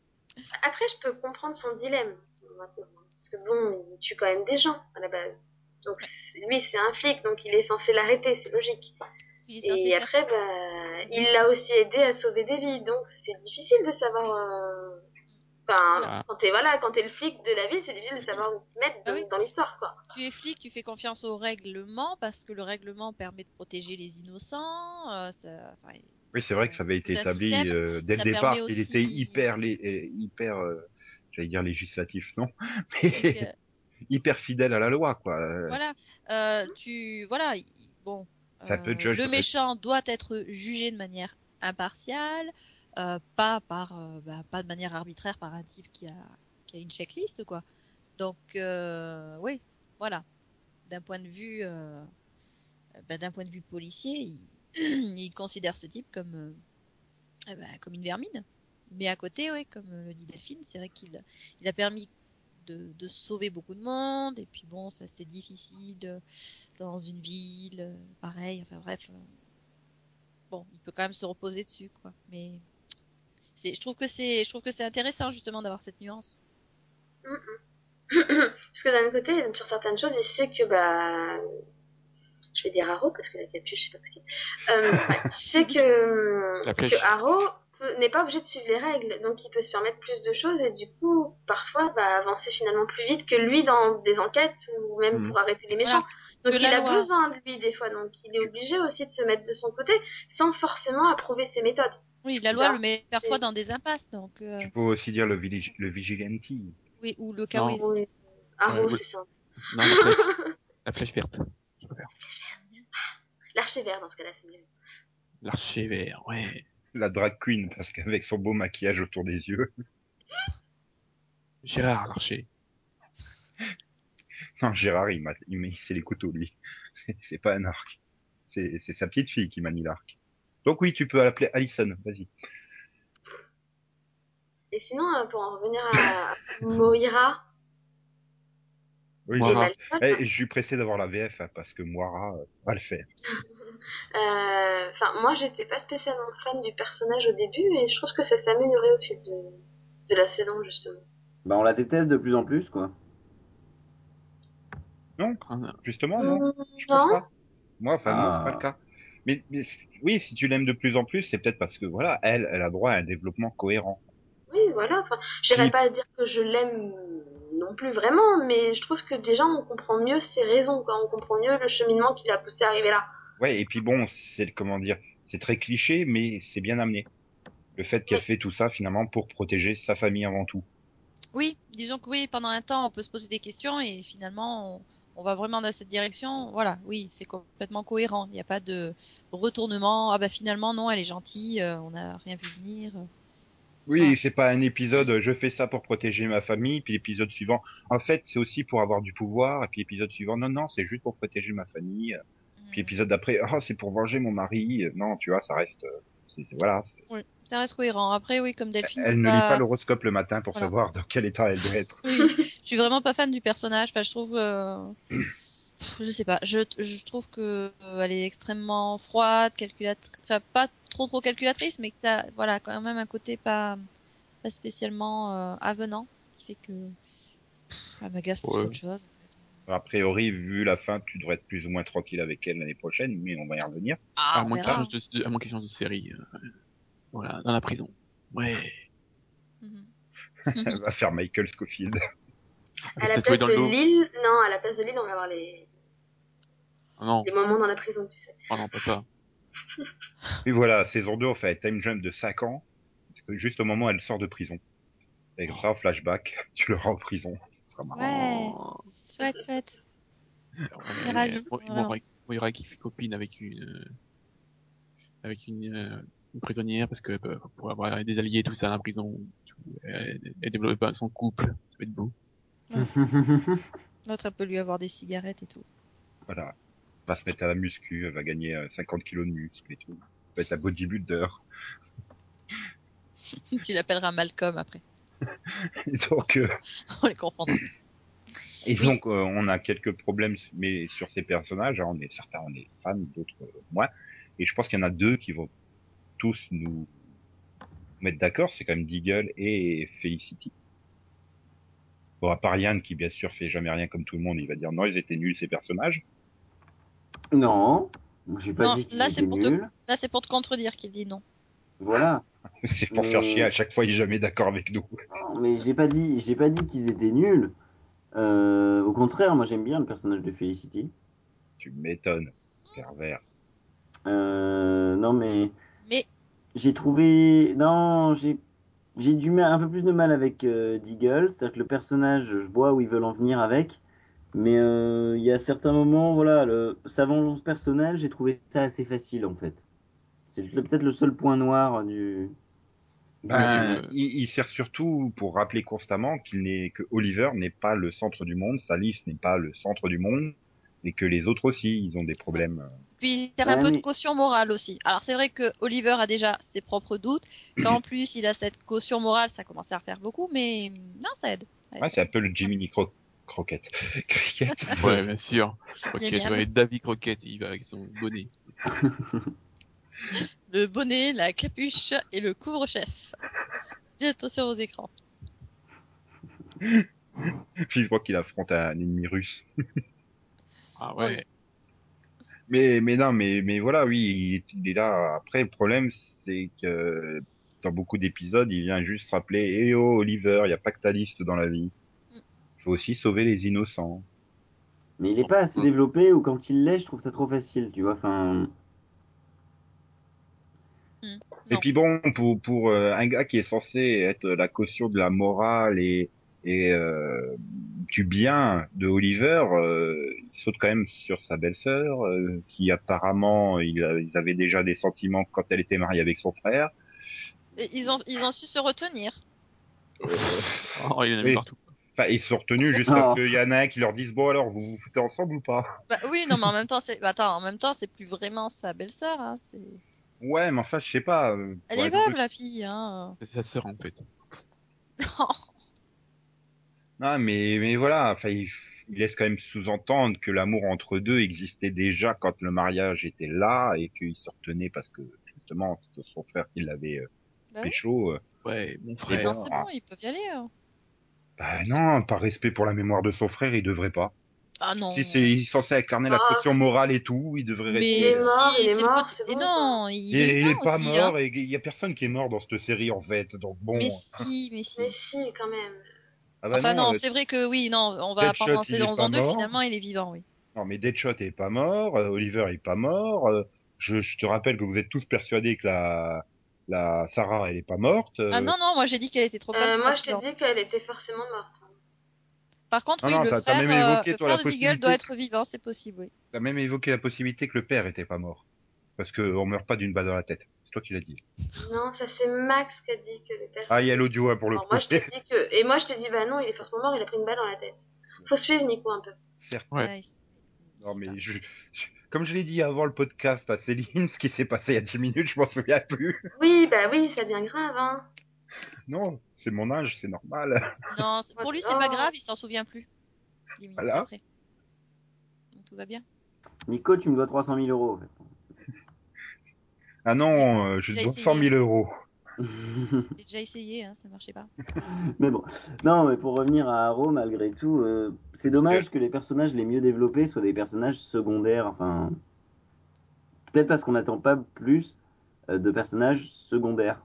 Après, je peux comprendre son dilemme maintenant. Parce que bon, il tue quand même des gens à la base. Donc c'est- lui, c'est un flic, donc il est censé l'arrêter, c'est logique.
Il est censé
Et
faire.
après, bah, il l'a aussi aidé à sauver des vies, donc c'est difficile de savoir. euh, Enfin,
Ah.
quand t'es voilà, quand t'es le flic de la ville, c'est difficile de savoir où te mettre
Ah
dans,
oui.
dans l'histoire, quoi.
Tu es flic, tu fais confiance au règlement parce que le règlement permet de protéger les innocents. euh, ça- enfin,
Oui, c'est vrai que ça avait été
Tout un
établi
système,
euh, dès le
ça
départ
permet
qu'il était
aussi-
hyper lé- euh, hyper euh, j'allais dire législatif non,
donc, euh,
mais hyper fidèle à la loi quoi. Euh,
voilà, euh, tu voilà, il- bon,
Ça peut
euh,
judge-
le méchant doit être jugé de manière impartiale, euh, pas par, euh, bah, pas de manière arbitraire par un type qui a, qui a une checklist quoi. Donc euh, oui, voilà, d'un point de vue, euh, bah, d'un point de vue policier, il, il considère ce type comme, euh, eh ben, comme une vermine. Mais à côté, oui, comme euh, le dit Delphine, c'est vrai qu'il il a permis de, de sauver beaucoup de monde. Et puis bon, ça c'est difficile euh, dans une ville, euh, pareil. Enfin bref, euh, bon, il peut quand même se reposer dessus, quoi. Mais c'est, je trouve que c'est, je trouve que c'est intéressant justement d'avoir cette nuance.
parce que d'un côté, sur certaines choses, il sait que bah, je vais dire Haro parce que la capuche c'est pas possible. Euh, ouais, il sait que
La flèche.
que Haro peut- n'est pas obligé de suivre les règles, donc il peut se permettre plus de choses et du coup, parfois, va avancer finalement plus vite que lui dans des enquêtes ou même
Mm.
Mhm.
pour arrêter les méchants.
Voilà.
Donc
Que
il
la
a
loi.
besoin de lui des fois, donc il est obligé aussi de se mettre de son côté sans forcément approuver ses méthodes.
Oui, la loi le met parfois dans des impasses, donc euh,
Tu peux aussi dire le, village, le vigilante.
oui, ou le
Non.
kawaii.
Oui. Haro,
Ouais, Ah, oui.
c'est ça.
Non, la flèche, la flèche verte. Je préfère.
L'archer vert dans ce cas-là, c'est mieux.
L'archer vert, ouais.
La drag queen, parce qu'avec son beau maquillage autour des yeux.
Gérard l'archer.
Non, Gérard, il, m'a- il, met- c'est les couteaux, lui. C'est- C'est pas un arc. C'est c'est sa petite fille qui manie l'arc. Donc oui, tu peux l'appeler Allison, vas-y.
Et sinon, euh, pour en revenir à Moira
Oui,
et
Moira.
j'adore.
l'alcool,
Eh, je suis pressé d'avoir la VF, hein, parce que Moira euh, va le faire.
euh, enfin, moi, j'étais pas spécialement fan du personnage au début, et je trouve que ça s'est amélioré au fil de, de la saison, justement.
Bah, on la déteste de plus en plus, quoi.
Ah,
Justement, non
Mmh,
Je pense
Euh, non.
pas. Moi, enfin, non, c'est pas
Ah.
le cas. Mais, mais c- oui, si tu l'aimes de plus en plus, c'est peut-être parce que, voilà, elle, elle a droit à un développement cohérent.
Oui, voilà. Enfin, j'irais
Qui-
pas dire que je l'aime non plus vraiment, mais je trouve que déjà, on comprend mieux ses raisons, quoi. On comprend mieux le cheminement qui l'a poussé à arriver là.
Ouais, et puis bon, c'est, comment dire, c'est très cliché, mais c'est bien amené. Le fait qu'elle
Ouais.
fait tout ça, finalement, pour protéger sa famille avant tout.
Oui, disons que oui, pendant un temps, on peut se poser des questions et finalement, on, on va vraiment dans cette direction. Voilà, oui, c'est complètement cohérent. Il n'y a pas de retournement. Ah bah finalement, non, elle est gentille, euh, on n'a rien vu venir.
Oui,
Voilà.
c'est pas un épisode euh, je fais ça pour protéger ma famille, puis l'épisode suivant en fait, c'est aussi pour avoir du pouvoir et puis l'épisode suivant non non, c'est juste pour protéger ma famille. euh, Puis
Mm.
l'épisode d'après, ah c'est pour venger mon mari. Non, tu vois, ça reste euh, c'est c'est- voilà, c'est-
Oui, ça reste cohérent. Après, oui, comme Delphine,
elle
c'est
ne lit pas
pas...
l'horoscope le matin pour
Voilà.
savoir dans quel état elle doit être.
Oui, je suis vraiment pas fan du personnage. Enfin, je trouve... euh, pff, Je sais pas. Je, je trouve que euh, elle est extrêmement froide, calculatrice... Enfin, pas trop trop calculatrice, mais que ça... Voilà, quand même un côté pas, pas spécialement euh, avenant qui fait que... Ça m'agace plus
Ouais.
qu'autre chose.
A priori, vu la fin, tu devrais être plus ou moins tranquille avec elle l'année prochaine, mais on va y revenir.
Ah,
à
on
mon
verra.
change de, de- à mon question de série. euh, voilà, dans la prison. Ouais.
Mhm.
Elle va faire Michael Scofield.
À la
Tatoué
place
dans
de
le dos.
Lille, non, à la place de Lille, on va avoir les,
Ah Non,
Des moments dans la prison, tu sais.
oh non, pas ça.
Puis voilà, saison 2, on fait un time jump de 5 ans, juste au moment où elle sort de prison. Et comme ça, en flashback, tu le rends en prison. Ce sera marrant.
Ouais,
Oh.
chouette, chouette.
Alors, on
Il
est-
rajoute,
Mo-
voilà.
Moira- Moira qui fait copine avec une euh, avec une, euh, une prisonnière parce que euh, pour avoir des alliés tout ça à la prison, tout, elle, elle développe pas son couple, ça va être beau.
L'autre, elle peut lui avoir des cigarettes et tout.
Voilà. Elle va se mettre à la muscu, elle va gagner euh, 50 kilos de muscle et tout. Elle va être la bodybuilder.
tu l'appelleras Malcolm après.
Et donc, euh,
On les comprendra.
et
Oui.
donc euh, on a quelques problèmes, mais sur ces personnages, hein, on est certains, on est fans, d'autres euh, moins. Et je pense qu'il y en a deux qui vont tous nous mettre d'accord. C'est quand même Deagle et Felicity. Bon, à part Yann qui bien sûr fait jamais rien comme tout le monde, il va dire non, ils étaient nuls ces personnages.
Non, j'ai pas
Non,
dit qu'il
là, c'est
était
pour te-
nul.
Là, c'est pour te contredire qu'il dit non.
Voilà.
C'est pour
Mais-
faire chier à chaque fois, il est jamais d'accord avec nous.
Non, mais j'ai pas dit, j'ai pas dit qu'ils étaient nuls. Euh, au contraire, moi j'aime bien le personnage de Felicity.
Tu m'étonnes, pervers.
Euh, non mais
Mais
j'ai trouvé, non j'ai, j'ai du mal, un peu plus de mal avec euh, Deagle, c'est-à-dire que le personnage, je vois où ils veulent en venir avec, mais euh, il y a certains moments, voilà, le, sa vengeance personnelle, j'ai trouvé ça assez facile en fait. C'est le- peut-être le seul point noir du.
Ben,
Mais, euh,
il, il sert surtout pour rappeler constamment qu'il n'est que Oliver n'est pas le centre du monde, Salis n'est pas le centre du monde, et que les autres aussi, ils ont des problèmes.
puis il sert
Ouais,
un peu
mais-
de caution morale aussi. Alors c'est vrai que Oliver a déjà ses propres doutes. Qu'en plus il a cette caution morale, ça commence à refaire beaucoup, mais hum, non, ça aide. Ça aide.
Ouais, c'est un peu le Jiminy Cro- Croquette. Cricket.
Ah.
Ouais, bien sûr. Croquette,
Miam,
ouais,
miam.
David Croquette, il va avec son bonnet.
Le bonnet, la capuche et le couvre-chef. Bientôt sur vos écrans.
Puis je vois qu'il affronte un ennemi russe.
Ah ouais.
Mais, mais non, mais, mais voilà, oui, il, il est là. Après, le problème, c'est que dans beaucoup d'épisodes, il vient juste rappeler, eh oh, Oliver, il n'y a pas que Thalys dans la vie. Il faut aussi sauver les innocents.
Mais il est pas assez développé, ou quand il l'est, je trouve ça trop facile, tu vois. Enfin,
Et
Non.
puis bon, pour, pour euh, un gars qui est censé être la caution de la morale et, et euh, du bien de Oliver, euh, il saute quand même sur sa belle-sœur, euh, qui apparemment, il, a- ils avaient déjà des sentiments quand elle était mariée avec son frère.
Et ils ont ils ont su se retenir.
Oh, il y en a
Oui.
partout.
Enfin, ils se sont retenus jusqu'à
Oh.
ce qu'il y en a un qui leur dise, bon alors, vous vous foutez ensemble ou pas
Bah oui, non mais en même temps c'est bah, attends, en même temps c'est plus vraiment sa belle-sœur hein, c'est
Ouais, mais enfin, je sais pas. euh,
Elle
pour
est
être
veuve la fille hein.
C'est sa sœur en fait.
Non.
Non, mais, mais voilà, enfin, il, f- il laisse quand même sous-entendre que l'amour entre deux existait déjà quand le mariage était là et qu'ils se retenaient parce que, justement, c'était son frère qui l'avait euh,
Bah oui.
pécho. euh.
Ouais, mon
Et
frère.
Non,
non,
c'est
ah.
bon, ils peuvent y aller. hein.
Bah non, par respect pour la mémoire de son frère, il devrait pas.
Ah non.
Si c'est il est censé incarner la
Ah.
caution morale et tout, il devrait
Mais
Il est
rester... euh,
mort,
si,
il est
c'est le
mort,
côté-
c'est bon,
Et non, il
Et
est,
il
humain
est pas
aussi, hein.
mort, et il y a personne qui est mort dans cette série, en fait. Donc bon...
Mais si, mais si.
Mais si, quand même.
Ah bah
Enfin non,
euh,
c'est vrai que oui, non, on va
Deadshot,
pas penser
il est
dans
pas
en deux,
mort.
finalement il est vivant, oui.
Non, mais Deadshot est pas mort, euh, Oliver est pas mort. euh, je, je te rappelle que vous êtes tous persuadés que la, la Sarah, elle est pas morte. euh,
Ah non, non, moi j'ai dit qu'elle était trop calme
Euh,
pour
moi,
être
je t'ai
vivante.
dit qu'elle était forcément morte. hein.
Par contre,
Non,
oui,
non,
le
t'as- t'as
frère,
même
euh,
évoqué,
le
toi, la
frère de Deagle doit
possibilité.
être vivant, c'est possible, oui.
T'as même évoqué la possibilité que le père était pas mort. Parce que on meurt pas d'une balle dans la tête. C'est toi qui l'as dit.
Non, ça c'est Max qui a dit que les personnes.
Ah, il y a l'audio hein, pour le
Alors, moi, je t'ai
projet.
dit que. Et moi, je t'ai dit, bah non, il est forcément mort, il a pris une balle dans la tête. Faut suivre Nico un peu.
Certes.
Ouais.
Nice.
Non, mais
Super.
je, je- comme je l'ai dit avant le podcast à Céline, ce qui s'est passé il y a 10 minutes, je m'en souviens plus.
Oui, bah oui, ça devient grave, hein.
Non, c'est mon âge, c'est normal.
Non, c'est- pour lui c'est pas grave, il s'en souvient plus. Dix minutes
Voilà.
après. Donc tout va bien.
Nico, tu me dois 300 000 euros. En
Ah non, euh, je
J'ai
dois
essayé.
100 000 euros.
fait.
J'ai déjà essayé, hein, ça marchait pas.
Mais bon, non, mais pour revenir à Arrow, malgré tout, euh, c'est dommage que les personnages les mieux développés soient des personnages secondaires. Enfin, peut-être parce qu'on n'attend pas plus euh, de personnages secondaires.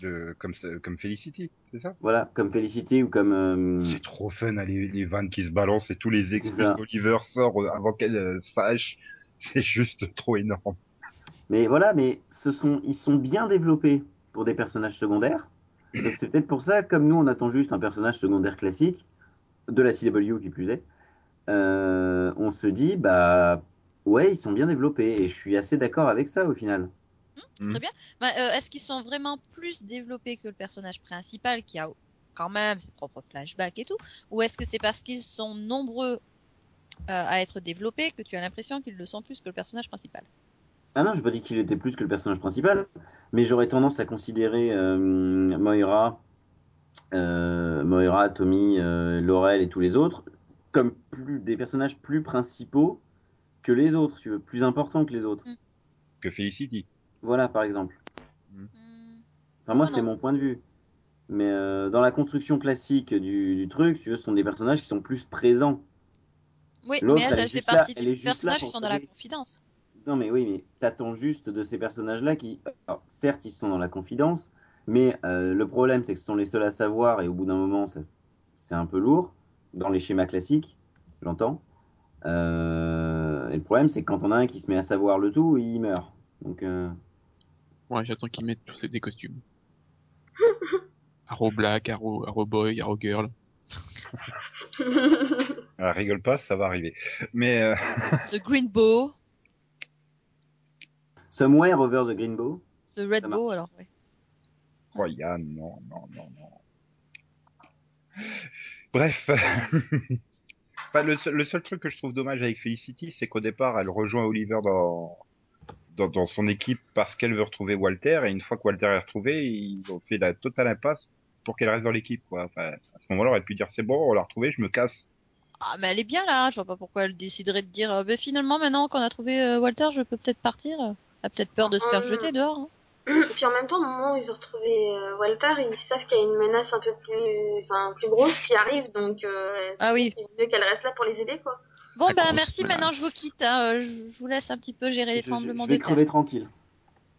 De, comme, ça- comme Felicity, c'est ça?
Voilà, comme Felicity ou comme. euh,
C'est trop fun, hein, les, les vannes qui se balancent et tous les excuses
ça.
qu'Oliver sort euh, avant qu'elle euh, sache. C'est juste trop énorme.
Mais voilà, mais ce sont, ils sont bien développés pour des personnages secondaires. Et c'est peut-être pour ça, comme nous, on attend juste un personnage secondaire classique, de la CW qui plus est, euh, on se dit, bah ouais, ils sont bien développés. Et je suis assez d'accord avec ça au final. Mmh.
C'est très bien. Bah, euh, Est-ce qu'ils sont vraiment plus développés que le personnage principal qui a quand même ses propres flashbacks et tout Ou est-ce que c'est parce qu'ils sont nombreux euh, à être développés que tu as l'impression qu'ils le sont plus que le personnage principal
Ah non, je pas dit qu'il était plus que le personnage principal, mais j'aurais tendance à considérer euh, Moira, euh, Moira, Tommy, euh, Laurel et tous les autres comme plus, des personnages plus principaux que les autres, tu veux, plus importants que les autres.
Que Felicity.
Voilà, par exemple. Mmh.
Hmm.
Enfin, moi,
Ah,
c'est
non.
mon point de vue. Mais euh, dans la construction classique du, du truc, tu veux, ce sont des personnages qui sont plus présents.
Oui,
L'autre,
mais elle,
elle est
elle fait
juste là-
partie
elle est
des
juste là
personnages
pour
qui sont dans la
sauver.
confidence.
Non, mais oui, mais t'attends juste de ces personnages-là qui, alors, certes, ils sont dans la confidence, mais euh, le problème, c'est que ce sont les seuls à savoir, et au bout d'un moment, ça- c'est un peu lourd, dans les schémas classiques, j'entends. Euh, et le problème, c'est que quand on a un qui se met à savoir le tout, il meurt. Donc, euh,
Ouais, j'attends qu'ils mettent tous des costumes. Arrow Black, Arrow, Arrow Boy, Arrow Girl.
Ah, rigole pas, ça va arriver. Mais euh,
The Green Bow,
Somewhere Over the Green Bow,
The Red
Ça marche.
Bow, alors ouais.
oh, Yann, non, non, non, non. Bref. Enfin, le, seul, le seul truc que je trouve dommage avec Felicity, c'est qu'au départ, elle rejoint Oliver dans, dans, dans son équipe parce qu'elle veut retrouver Walter, et une fois que Walter est retrouvé, ils ont fait la totale impasse pour qu'elle reste dans l'équipe. quoi. Enfin, à ce moment-là, on aurait pu dire c'est bon, on l'a retrouvé, je me casse.
Ah, mais elle est bien là, je vois pas pourquoi elle déciderait de dire euh, Mais finalement, maintenant qu'on a trouvé euh, Walter, je peux peut-être partir. Elle a peut-être peur de se faire
Hum.
jeter dehors. hein.
Puis en même temps, au moment où ils ont retrouvé euh, Walter, ils savent qu'il y a une menace un peu plus, enfin, plus grosse qui arrive, donc euh,
Ah oui.
c'est mieux qu'elle reste là pour les aider, quoi.
Bon,
La
bah
grosse
merci,
menace.
maintenant je vous quitte. hein, euh, Je, je vous laisse un petit peu gérer
je,
les
je-
tremblements
je vais
de terre.
crever tranquille.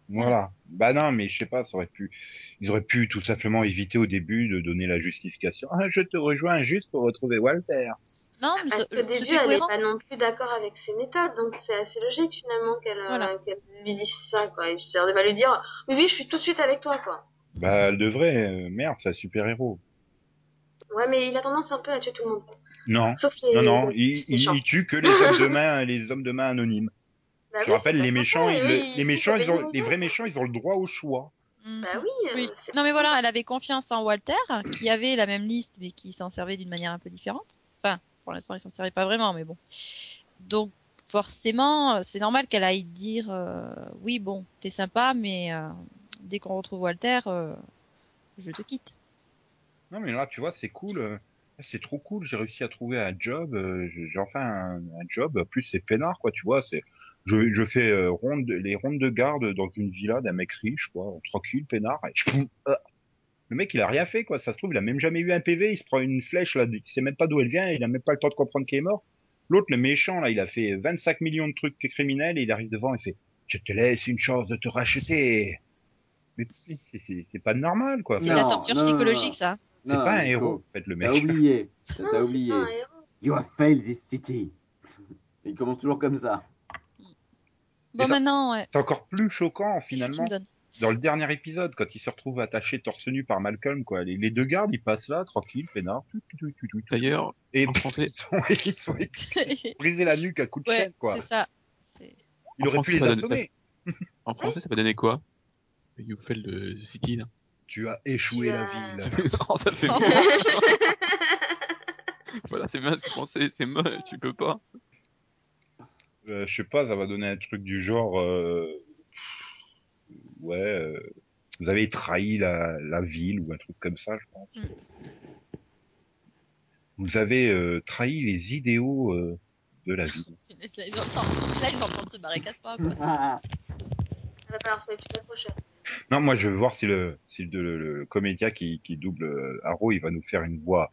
Voilà. Bah non, mais je sais pas, ça aurait pu, ils auraient pu tout simplement éviter au début de donner la justification. Ah, je te rejoins juste pour retrouver Walter.
Non, mais
Parce
ce-
qu'au début,
c'était
elle n'est
cohérent.
pas non plus d'accord avec ses méthodes, donc c'est assez logique finalement qu'elle euh,
Voilà.
qu'elle lui dise ça, quoi. Et je de pas lui dire, oui, oui, je suis tout de suite avec toi, quoi.
Bah, elle devrait, euh, merde, c'est un super héros.
Ouais, mais il a tendance un peu à tuer tout le monde,
Non.
sauf les,
Hein Non, non,
les
il, il,
méchants.
il tue que les hommes de main, les hommes de main anonymes.
Bah
Je
oui,
rappelle,
c'est
les
pour
méchants,
ça,
ils,
eux,
le-
ils
les
sont
méchants, ils ont,
complètement
les vrais
idiots.
méchants, ils ont le droit au choix.
Mhm.
Bah oui, euh,
Oui.
c'est
Non, mais voilà, elle avait confiance en Walter, qui avait la même liste, mais qui s'en servait d'une manière un peu différente. Enfin, pour l'instant, il s'en servait pas vraiment, mais bon. Donc, forcément, euh, c'est normal qu'elle aille dire euh, Oui, bon, t'es sympa, mais euh, dès qu'on retrouve Walter, euh, je te quitte.
Non, mais là, tu vois, c'est cool. euh, C'est trop cool. J'ai réussi à trouver un job. euh, J'ai j'ai enfin un, un job. Plus c'est peinard, quoi. Tu vois, c'est. Je, je fais euh, ronde, les rondes de garde dans une villa d'un mec riche, quoi. Tranquille, peinard. Et je- ah. le mec, il a rien fait, quoi. Ça se trouve, il a même jamais eu un PV. Il se prend une flèche, là. Il sait même pas d'où elle vient. Il a même pas le temps de comprendre qu'il est mort. L'autre, le méchant, là, il a fait 25 millions de trucs criminels. Et il arrive devant et fait Je te laisse une chance de te racheter. Mais c'est- c'est c'est pas normal, quoi.
C'est
Non,
de la torture
non, non,
psychologique,
non.
ça.
C'est
Non,
pas un
Nico,
héros, en fait, le mec.
T'as oublié, t'as
Non,
Ah,
t'as
c'est
oublié.
pas un héros.
You have failed this city. Il commence toujours comme ça.
Bon,
ça-
maintenant, ouais.
C'est encore plus choquant
qu'est-ce que tu me
finalement
donnes
dans le dernier épisode quand il se retrouve attaché torse nu par Malcolm quoi. Les, les deux gardes ils passent là tranquille, peinard. tout, tout, tout, tout, tout, tout.
D'ailleurs,
Et
en
pff,
français,
ils sont, ils sont brisés la nuque à coups de
Ouais,
chaîne quoi.
c'est ça. C'est-
Il aurait
En
pu
France,
les
ça donne-
assommer.
en français, ça va donner quoi You fell de City, là.
Tu as échoué
Tu
la
as-
ville.
non, ça fait
Oh,
Voilà, c'est bien ce que je pensais, c'est moche, tu peux pas.
Euh, je sais pas, ça va donner un truc du genre euh, ouais, euh, vous avez trahi la, la ville ou un truc comme ça je pense.
Mm.
Vous avez euh, trahi les idéaux euh, de la ville.
là, ils ont le temps. Là, ils ont le temps de se barrer quatre fois, quoi.
Ah,
Elle va falloir se méfier de la prochaine.
Non, moi je veux voir si le si le, le- le comédien qui, qui double euh, Arrow, il va nous faire une voix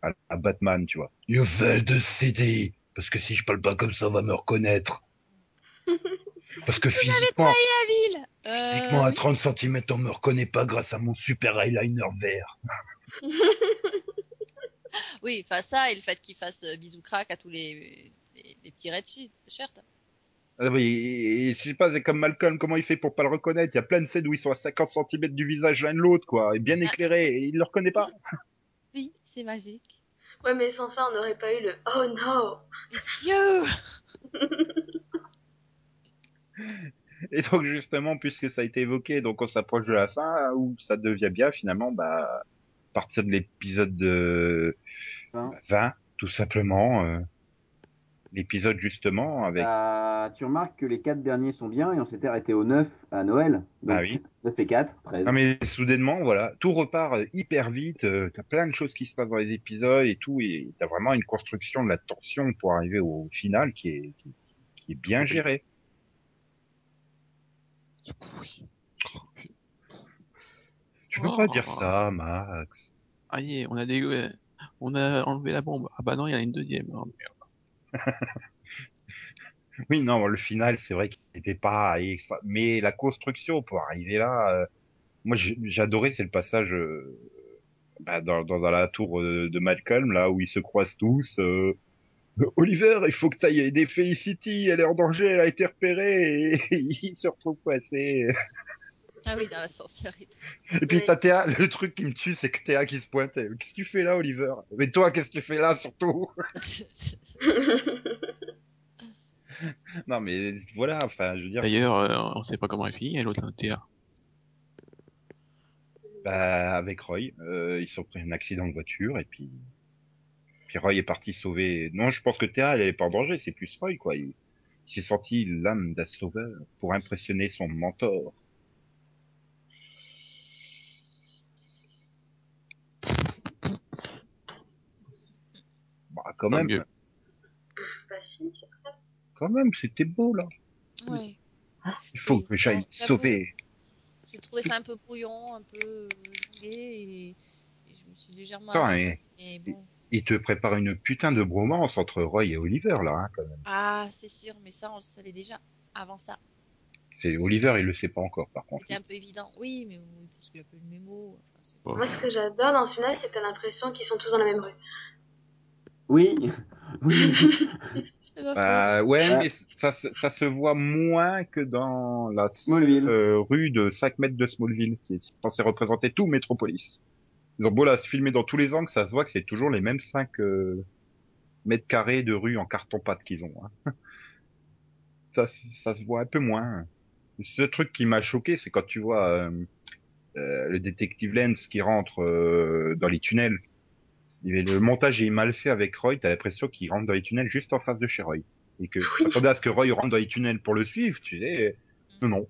à, à Batman, tu vois. You fell the city parce que si je parle pas comme ça, on va me reconnaître. Parce que physiquement,
La ville Euh,
physiquement à
oui.
30 cm, on me reconnaît pas grâce à mon super eyeliner vert.
Oui, enfin ça, et le fait qu'il fasse euh, bisous crack à tous les, les, les petits red shirts.
Ah oui, et- et je sais pas, c'est comme Malcolm, comment il fait pour pas le reconnaître Il y a plein de scènes où ils sont à 50 cm du visage l'un de l'autre, quoi, et bien éclairés, et il le reconnaît pas.
Oui, c'est magique.
Ouais, mais sans ça, on n'aurait pas eu le Oh no
It's you
Et donc justement, puisque ça a été évoqué, donc on s'approche de la fin, où ça devient bien finalement, bah, à partir de l'épisode de
Hein
20, tout simplement, euh, l'épisode justement avec...
Ah, tu remarques que les quatre derniers sont bien et on s'était arrêté au 9 à Noël. Donc,
Ah oui.
9 et 4, 13.
Non mais soudainement, voilà, tout repart euh, hyper vite, euh, t'as plein de choses qui se passent dans les épisodes et tout, et t'as vraiment une construction de la tension pour arriver au final qui est, qui, qui est bien gérée.
Oui.
Tu peux pas dire ça, Max.
Ah yeah, on a des, ouais, on a enlevé la bombe. Ah bah non, il y en a une deuxième. Ah, merde.
Oui, non, le final, c'est vrai qu'il n'était pas... et ça- Mais la construction pour arriver là... euh, Moi, j'ai- j'adorais, c'est le passage euh, bah, dans, dans, dans la tour euh, de Malcolm, là, où ils se croisent tous. euh, Oliver, il faut que t'ailles aider Felicity, elle est en danger, elle a été repérée, et il se retrouve coincé.
Ah oui, dans l'ascenseur et tout.
Et puis
Ouais.
t'as Théa, le truc qui me tue, c'est que Théa qui se pointe. elle, Qu'est-ce que tu fais là, Oliver Mais toi, qu'est-ce que tu fais là, surtout Non, mais voilà, enfin, je veux dire,
D'ailleurs, euh, on sait pas comment elle finit. Elle l'autre un théâtre.
bah, avec Roy, euh, ils sont pris un accident de voiture, et puis... Puis Roy est parti sauver... Non, je pense que Théa, elle, elle est pas en danger, c'est plus Roy, quoi. Il, il s'est senti l'âme d'un sauveur pour impressionner son mentor. Bah, quand
Pas
même,
mieux.
Pas chic.
quand même, c'était beau, là.
Ouais.
Il faut
Oui,
que j'aille
non, j'avoue.
sauver...
J'ai trouvé ça un peu brouillon, un peu euh, longué, et, et je me suis légèrement
Putain,
assurée.
et-
Mais bon.
Il te prépare une putain de bromance entre Roy et Oliver là. Hein, quand même.
Ah, c'est sûr, mais ça, on le savait déjà avant ça.
C'est Oliver, il le sait pas encore par contre.
C'était un peu évident. Oui, mais oui, parce qu'il a pas eu le mémo. Enfin, c'est-
Bon.
Moi, ce que j'adore dans ce final, c'est que t'as l'impression qu'ils sont tous dans la même rue.
Oui, oui.
C'est pas faux.
Euh, ouais,
Ah.
mais c- ça, se- ça se voit moins que dans la s-
Smallville.
euh, rue de 5 mètres de Smallville, qui est censée représenter tout Metropolis. Ils ont beau la filmer dans tous les angles, ça se voit que c'est toujours les mêmes 5 mètres carrés de rue en carton-pâte qu'ils ont. hein. Ça, s- ça se voit un peu moins. Ce truc qui m'a choqué, c'est quand tu vois euh, euh, le détective Lens qui rentre euh, dans les tunnels. Il est- Le montage est mal fait avec Roy, t'as l'impression qu'il rentre dans les tunnels juste en face de chez Roy. Et que t'attendais à ce que Roy rentre dans les tunnels pour le suivre, tu sais. Non, non.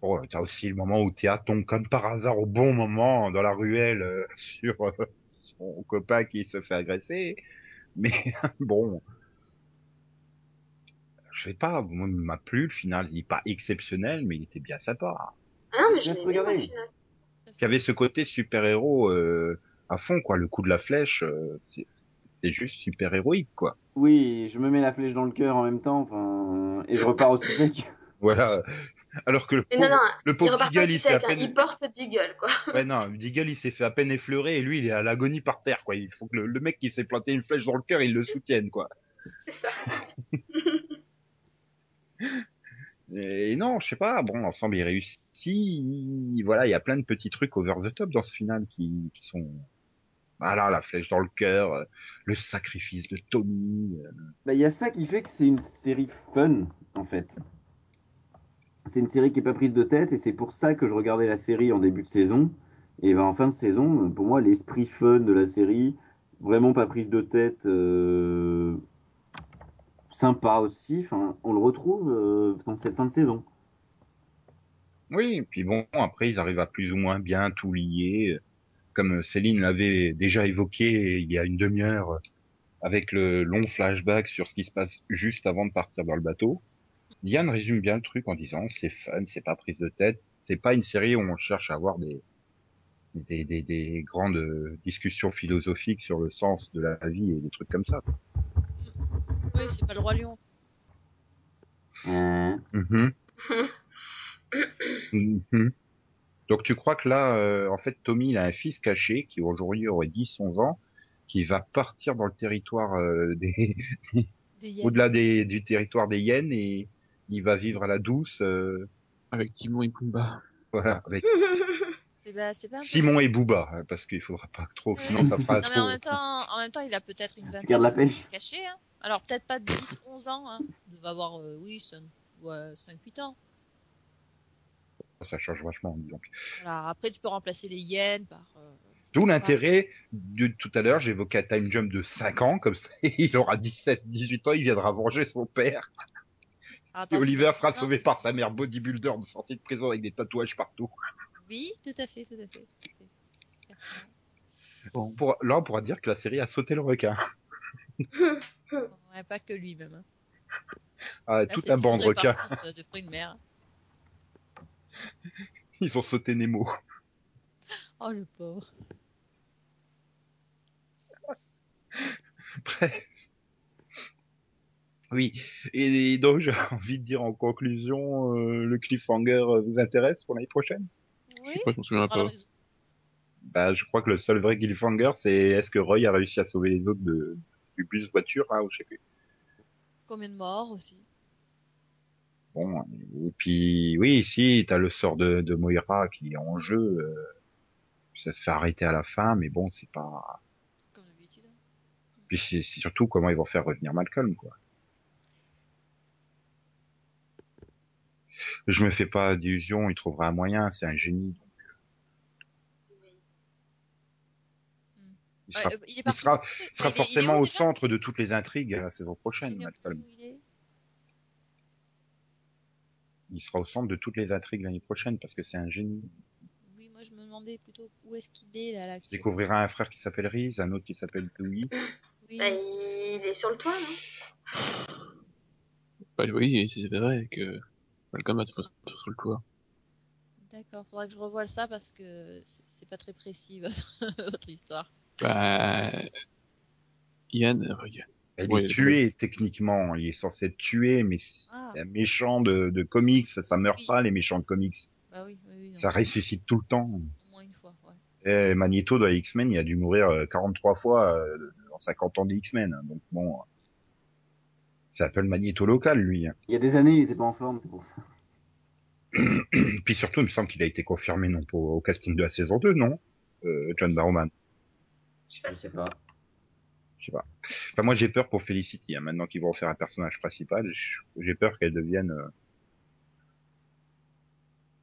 Bon, t'as aussi le moment où Théa tombe comme par hasard au bon moment dans la ruelle euh, sur euh, son copain qui se fait agresser. Mais bon, je sais pas, moi, il m'a plu le final. Il est pas exceptionnel, mais il était bien sympa.
Ah non, mais je
Laisse
l'ai aimé,
regarder.
moi, le final.
Il y avait ce côté super-héros euh, à fond, quoi. Le coup de la flèche, euh, c'est c'est juste super-héroïque, quoi.
Oui, je me mets la flèche dans le cœur en même temps, enfin, et je repars aussi sec.
Voilà. Alors que le
Mais
pauvre,
non, non,
le
il
pauvre
repart
Diggle,
pas
il
du
s'est à
sec, hein.
peine,
il porte du gueule, quoi.
ouais, non, Diggle, il s'est fait à peine effleurer et lui, il est à l'agonie par terre, quoi. Il faut que le, le mec qui s'est planté une flèche dans le cœur, il le soutienne, quoi. Et non, je sais pas, bon, l'ensemble est réussi. Voilà, il y a plein de petits trucs over the top dans ce final qui, qui sont, voilà, la flèche dans le cœur, euh, le sacrifice de Tommy. euh.
Bah, il y a ça qui fait que c'est une série fun, en fait. C'est une série qui n'est pas prise de tête, et c'est pour ça que je regardais la série en début de saison. Et ben, en fin de saison, pour moi, l'esprit fun de la série, vraiment pas prise de tête, euh, sympa aussi, enfin, on le retrouve euh, dans cette fin de saison.
Oui, et puis bon, après, ils arrivent à plus ou moins bien tout lier, euh, comme Céline l'avait déjà évoqué il y a une demi-heure. avec le long flashback sur ce qui se passe juste avant de partir dans le bateau. Yann résume bien le truc en disant c'est fun, c'est pas prise de tête, c'est pas une série où on cherche à avoir des des, des, des grandes euh, discussions philosophiques sur le sens de la vie et des trucs comme ça. Bah.
Oui, c'est pas le roi lion.
Euh,
Mhm. Mhm. Donc tu crois que là, euh, en fait, Tommy il a un fils caché qui aujourd'hui aurait 10-11 ans, qui va partir dans le territoire euh, des,
Des yens.
au-delà des, du territoire des hyènes et il va vivre à la douce, euh,
Avec Timon et Pumba.
voilà, avec
C'est pas, Ah, c'est pas un peu
Simon et Booba, hein, parce qu'il faudra pas trop,
Oui.
sinon ça fera
Non mais en même
trop.
temps, en même temps, il a peut-être une
Tu gardes
vingtaine
la
de
pêche.
cachés. Hein. Alors peut-être pas 10-11 ans. Hein. Il devait avoir, euh, oui, 5, ouais, 5-8 ans.
Ça change vachement, dis donc.
Voilà. Après, tu peux remplacer les hyènes par... euh, je
D'où
sais pas.
l'intérêt de tout à l'heure, j'évoquais un time jump de 5 ans, comme ça, il aura 17, 18 ans, il viendra venger son père.
Alors,
Et
attends, s'il a
Oliver
10
sera
ans,
sauvé par sa mère bodybuilder de sortie de prison avec des tatouages partout.
Oui, tout à fait, tout à fait. C'est certain.
Bon.
Pour, là, on pourra dire que la série a sauté le requin.
Ouais, pas que lui-même. hein.
Ah,
Là,
tout
c'est
un
toujours
banc de
de
requins.
partout de, de fruits de mer.
Ils ont sauté Nemo.
Oh le pauvre.
Bref. Oui. Et donc, j'ai envie de dire en conclusion, euh, le cliffhanger euh, vous intéresse pour l'année prochaine?
Oui.
Moi, je m'en souviens pas.
Alors, ils-
Bah, je crois que le seul vrai cliffhanger, c'est est-ce que Roy a réussi à sauver les autres de, du bus voiture, hein, ou je sais plus.
combien de morts aussi
Bon, et puis oui, si t'as le sort de, de Moira qui est en jeu, euh, ça se fait arrêter à la fin, mais bon, c'est pas.
Comme d'habitude.
Puis c'est c'est surtout comment ils vont faire revenir Malcolm, quoi. Je me fais pas d'illusion, il trouvera un moyen, c'est un génie. donc euh, Il
Mm. Ouais,
sera,
euh, il est
il
parti.
sera,
Mais
il sera
il est- il est
forcément
où
au
déjà
centre de toutes les intrigues à la saison
Je me
prochaine,
souviens plus
Malcolm.
où il est.
Il sera au centre de toutes les intrigues l'année prochaine parce que c'est un génie.
Oui, moi je me demandais plutôt où est-ce qu'il est là. là
Il découvrira un frère qui s'appelle Reese, un autre qui s'appelle Louis.
Oui.
Bah, il est sur le toit, non
Bah oui, c'est vrai que Malcolm va se poser sur le toit.
D'accord, faudra que je revoie ça parce que c'est- c'est pas très précis votre, votre histoire.
Bah, Yann, euh, Yann.
Il
Oui,
est
oui.
tué techniquement, il est censé être tué, mais c'est
Ah.
un méchant de, de comics, ça meurt
Oui.
pas les méchants de comics,
Bah oui, oui, oui, non,
ça ressuscite tout le temps.
au moins une fois. Ouais.
Eh, Magneto dans les X-Men, il a dû mourir euh, 43 fois euh, en 50 ans des X-Men, hein. donc bon, c'est un peu le Magneto local lui. hein.
Il y a des années, il était pas en forme, c'est pour ça.
Puis surtout, il me semble qu'il a été confirmé non pour, au casting de la saison 2, non euh, John Barrowman,
Je suis pas sûre.
pas.
je sais pas. Enfin, moi j'ai peur pour Felicity, hein. maintenant qu'ils vont en faire un personnage principal, j- j'ai peur qu'elle devienne... euh,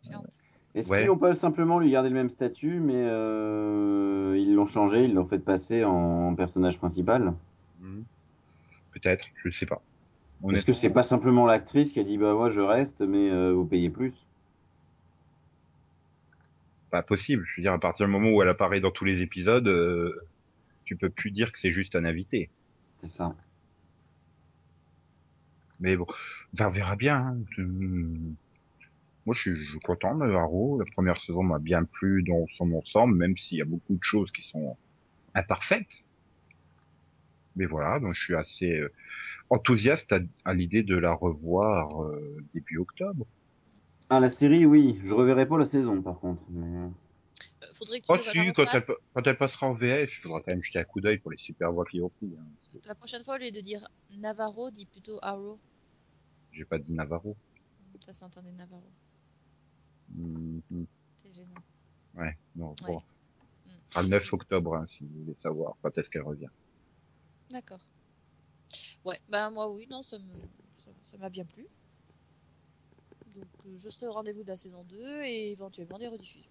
Ferme.
Est-ce
Ouais.
qu'ils n'ont pas simplement lui gardé le même statut, mais euh, ils l'ont changé, ils l'ont fait passer en personnage principal
hmm, Peut-être, je sais pas.
Est-ce que c'est
Honnêtement,
pas simplement l'actrice qui a dit bah moi je reste, mais euh, vous payez plus
pas possible. Je veux dire, à partir du moment où elle apparaît dans tous les épisodes, euh, tu peux plus dire que c'est juste un invité.
C'est ça.
Mais bon, enfin, on verra bien. hein. Tu- Moi, je suis, je suis content de Arrow. La première saison m'a bien plu dans son ensemble, même s'il y a beaucoup de choses qui sont imparfaites. Mais voilà, donc je suis assez euh, enthousiaste à, à l'idée de la revoir euh, début octobre.
Ah la série, oui, je reverrai pas la saison par contre. mais-
Euh, Faudrait que tu
Oh
le
si,
vraiment
quand elle,
fasses.
pa- quand elle passera en VF, il faudra quand même jeter un coup d'œil pour les super voix qui ont pris. hein, parce que
La prochaine fois, au lieu de dire Navarro, dis plutôt Arrow.
J'ai pas dit Navarro.
Ça s'entendait Navarro.
Hum, hum.
C'est gênant.
Ouais, non,
Ouais.
bon. À le 9 octobre, hein, si vous voulez savoir quand est-ce qu'elle revient.
D'accord. Ouais, bah moi oui, non, ça me ça, ça m'a bien plu. Donc euh, je serai au rendez-vous de la saison 2 et éventuellement des rediffusions.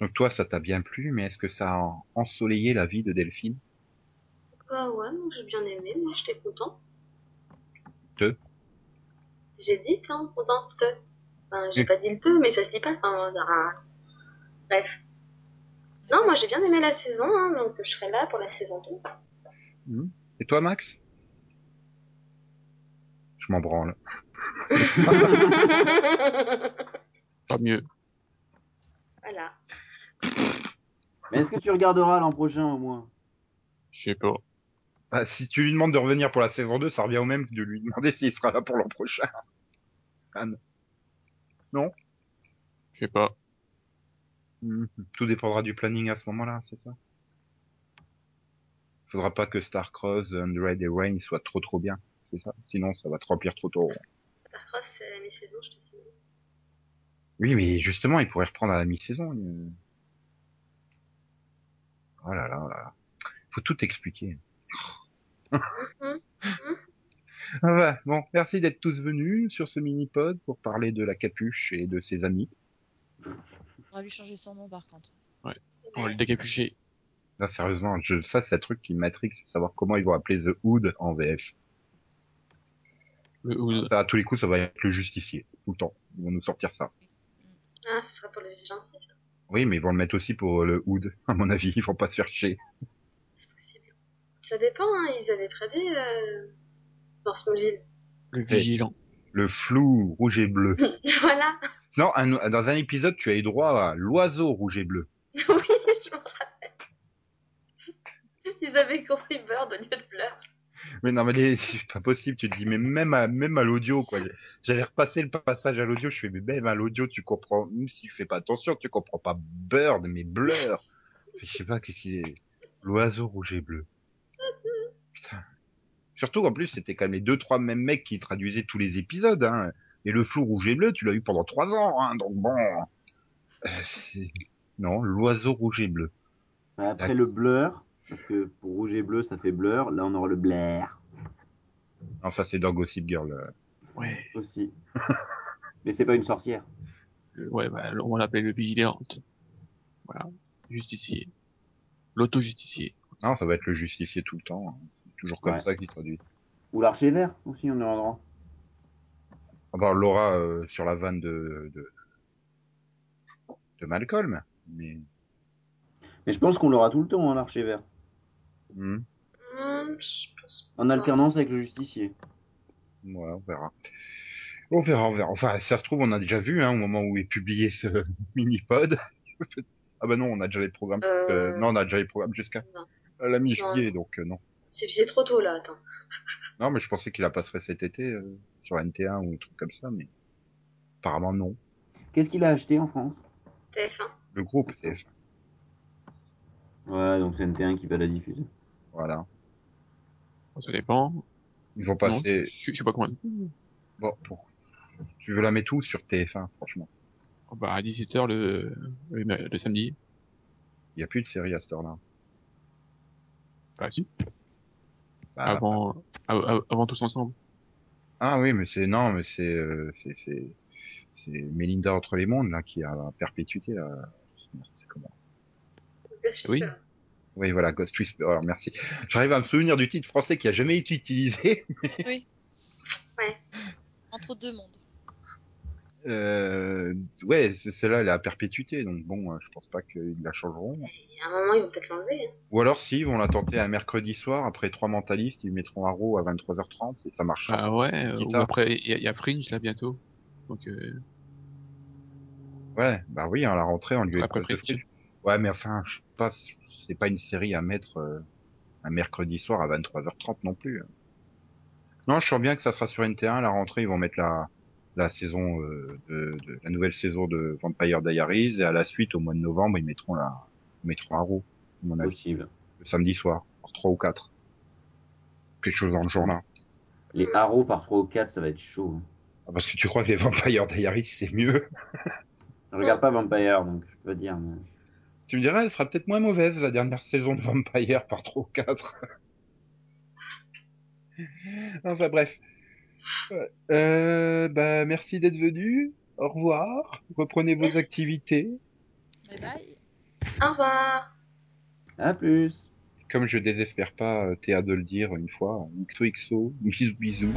Donc toi, ça t'a bien plu, mais est-ce que ça a ensoleillé la vie de Delphine
Bah ouais, moi, j'ai bien aimé, moi j'étais content.
Te
J'ai dit, hein, contente. Enfin, j'ai
Mm.
pas dit le peu, mais ça se dit pas. Enfin, ah. Bref. Non, moi j'ai bien aimé la saison, hein, donc je serai là pour la saison 2.
Hmm Et toi, Max Je m'en branle.
Pas mieux.
voilà.
Mais est-ce que tu regarderas l'an prochain au moins
Je sais pas.
Ah, si tu lui demandes de revenir pour la saison 2, ça revient au même que de lui demander s'il sera là pour l'an prochain.
Je sais pas.
Hmm. Tout dépendra du planning à ce moment-là, c'est ça faudra pas que Starcross, Android et Rain soient trop trop bien. C'est ça. Sinon, ça va te remplir trop tôt.
Starcross, c'est la mi-saison, je te signale.
Oui, mais justement, il pourrait reprendre à la mi-saison. euh. Oh là là, oh là là. Faut tout expliquer.
Mhm.
Ah bah, bon, merci d'être tous venus sur ce mini-pod pour parler de la capuche et de ses amis.
On va lui changer son nom par contre.
On va le décapucher.
Non, sérieusement, je, ça, c'est un truc qui m'intrigue, c'est savoir comment ils vont appeler The Hood en VF.
Le Ouz.
Ça, à tous les coups, ça va être le justicier, tout le temps. Ils vont nous sortir ça.
Ah, ce sera pour le gentil, ça,
Oui, mais ils vont le mettre aussi pour euh, le Hood. À mon avis, ils vont pas se faire chier.
c'est possible. Ça dépend, hein, ils avaient traduit euh, dans Smallville.
Le vigilant.
Le flou rouge et bleu.
voilà,
Non, un- dans un épisode, tu as eu droit à l'oiseau rouge et bleu.
oui, je me rappelle. Ils avaient compris Bird au lieu de Blur.
Mais non, mais les- c'est pas possible. Tu te dis, mais même à, même à l'audio, quoi. J'avais repassé le passage à l'audio. Je fais, mais même à l'audio, tu comprends. Même si tu fais pas attention, tu comprends pas Bird, mais Blur. Je sais pas qu'est-ce qu'il est. L'oiseau rouge et bleu. Putain. Surtout, en plus, c'était quand même les deux, trois mêmes mecs qui traduisaient tous les épisodes, hein. Et le flou rouge et bleu, tu l'as eu pendant trois ans, hein. Donc bon. Euh, c'est- non, l'oiseau rouge et bleu.
Bah, après
D'accord.
le blur, parce que pour rouge et bleu, ça fait blur. Là, on aura le blair
Non, ça, c'est dans Gossip Girl. euh.
Ouais.
aussi. Mais c'est pas une sorcière.
Le- Ouais, bah, on va l'appeler le vigilant. Voilà. Justicier. L'auto-justicier.
Non, ça va être le justicier tout le temps. hein. C'est toujours comme
Ouais.
ça qu'il traduit.
Ou l'archer vert aussi, on aura droit.
À part Laura euh, sur la vanne de, de, de Malcolm. Mais,
Mais je pense qu'on l'aura tout le temps, hein, l'archer vert.
hmm,
Hmm, je pense
En alternance avec le justicier.
ouais, on verra. On verra, on verra. Enfin, si ça se trouve, on a déjà vu hein, au moment où est publié ce mini-pod. ah bah non, on a déjà les programmes.
Euh,
euh, non, on a déjà les programmes jusqu'à
non.
à la mi-juillet, donc euh, non.
C'est c'est trop tôt là, attends.
Non, mais je pensais qu'il la passerait cet été euh, sur NT1 ou un truc comme ça, mais apparemment non.
Qu'est-ce qu'il a acheté en France
TF1.
Le groupe, c'est
Ouais, donc c'est NT1 qui va la diffuser.
voilà.
Ça dépend.
Ils vont
non,
passer.
je, je sais pas comment.
Bon, pour... tu veux la mettre où sur TF1, franchement
Oh, Bah, à 17h le, le, ma- le samedi.
Il y a plus de série à cette heure-là.
Bah, si.
Bah,
avant, av- av- avant tous ensemble.
Ah oui, mais c'est non, mais c'est euh, c'est c'est c'est Melinda entre les mondes là qui a la perpétuité là. Merde, c'est comment
Ghost
Oui.
Whisperer.
Oui, voilà, Ghost Whisperer, merci. J'arrive à me souvenir du titre français qui a jamais été utilisé.
Oui.
Ouais.
Entre deux mondes.
Euh, ouais, c'est- celle-là, elle est à perpétuité, donc bon, euh, je pense pas qu'ils la changeront.
Et à un moment, ils vont peut-être l'enlever. hein.
Ou alors, si, ils vont la tenter un mercredi soir, après trois mentalistes, ils mettront Arrow à 23h30, et ça marchera.
Ah ouais,
Plus
euh, ou
tard.
après, il y, a- il y a Fringe là bientôt. Donc, euh,
Ouais, bah oui, à la rentrée, on lui
Après
pose de
Fringe.
fric. Ouais, mais enfin, je sais pas, c'est pas une série à mettre euh, un mercredi soir à 23h30 non plus. hein. Non, je sens bien que ça sera sur NT1, à la rentrée, ils vont mettre la la saison euh, de, de- la nouvelle saison de Vampire Diaries et à la suite au mois de novembre, ils mettront la ils mettront Arrow, à mon avis,
Possible.
le samedi soir, par 3 ou 4. Quelque chose dans le genre là.
Les haros par 3 ou 4, ça va être chaud. hein.
Ah, parce que tu crois que les Vampire Diaries c'est mieux
Je regarde pas Vampire, donc je peux pas dire. mais-
Tu me diras, elle sera peut-être moins mauvaise la dernière saison de Vampire par 3 ou 4. enfin bref. Ouais. Euh, bah, merci d'être venu. Au revoir. Reprenez vos activités.
Bye bye.
Au revoir.
À plus
Comme je désespère pas, euh, Théa de le dire une fois, XOXO, bisous bisous.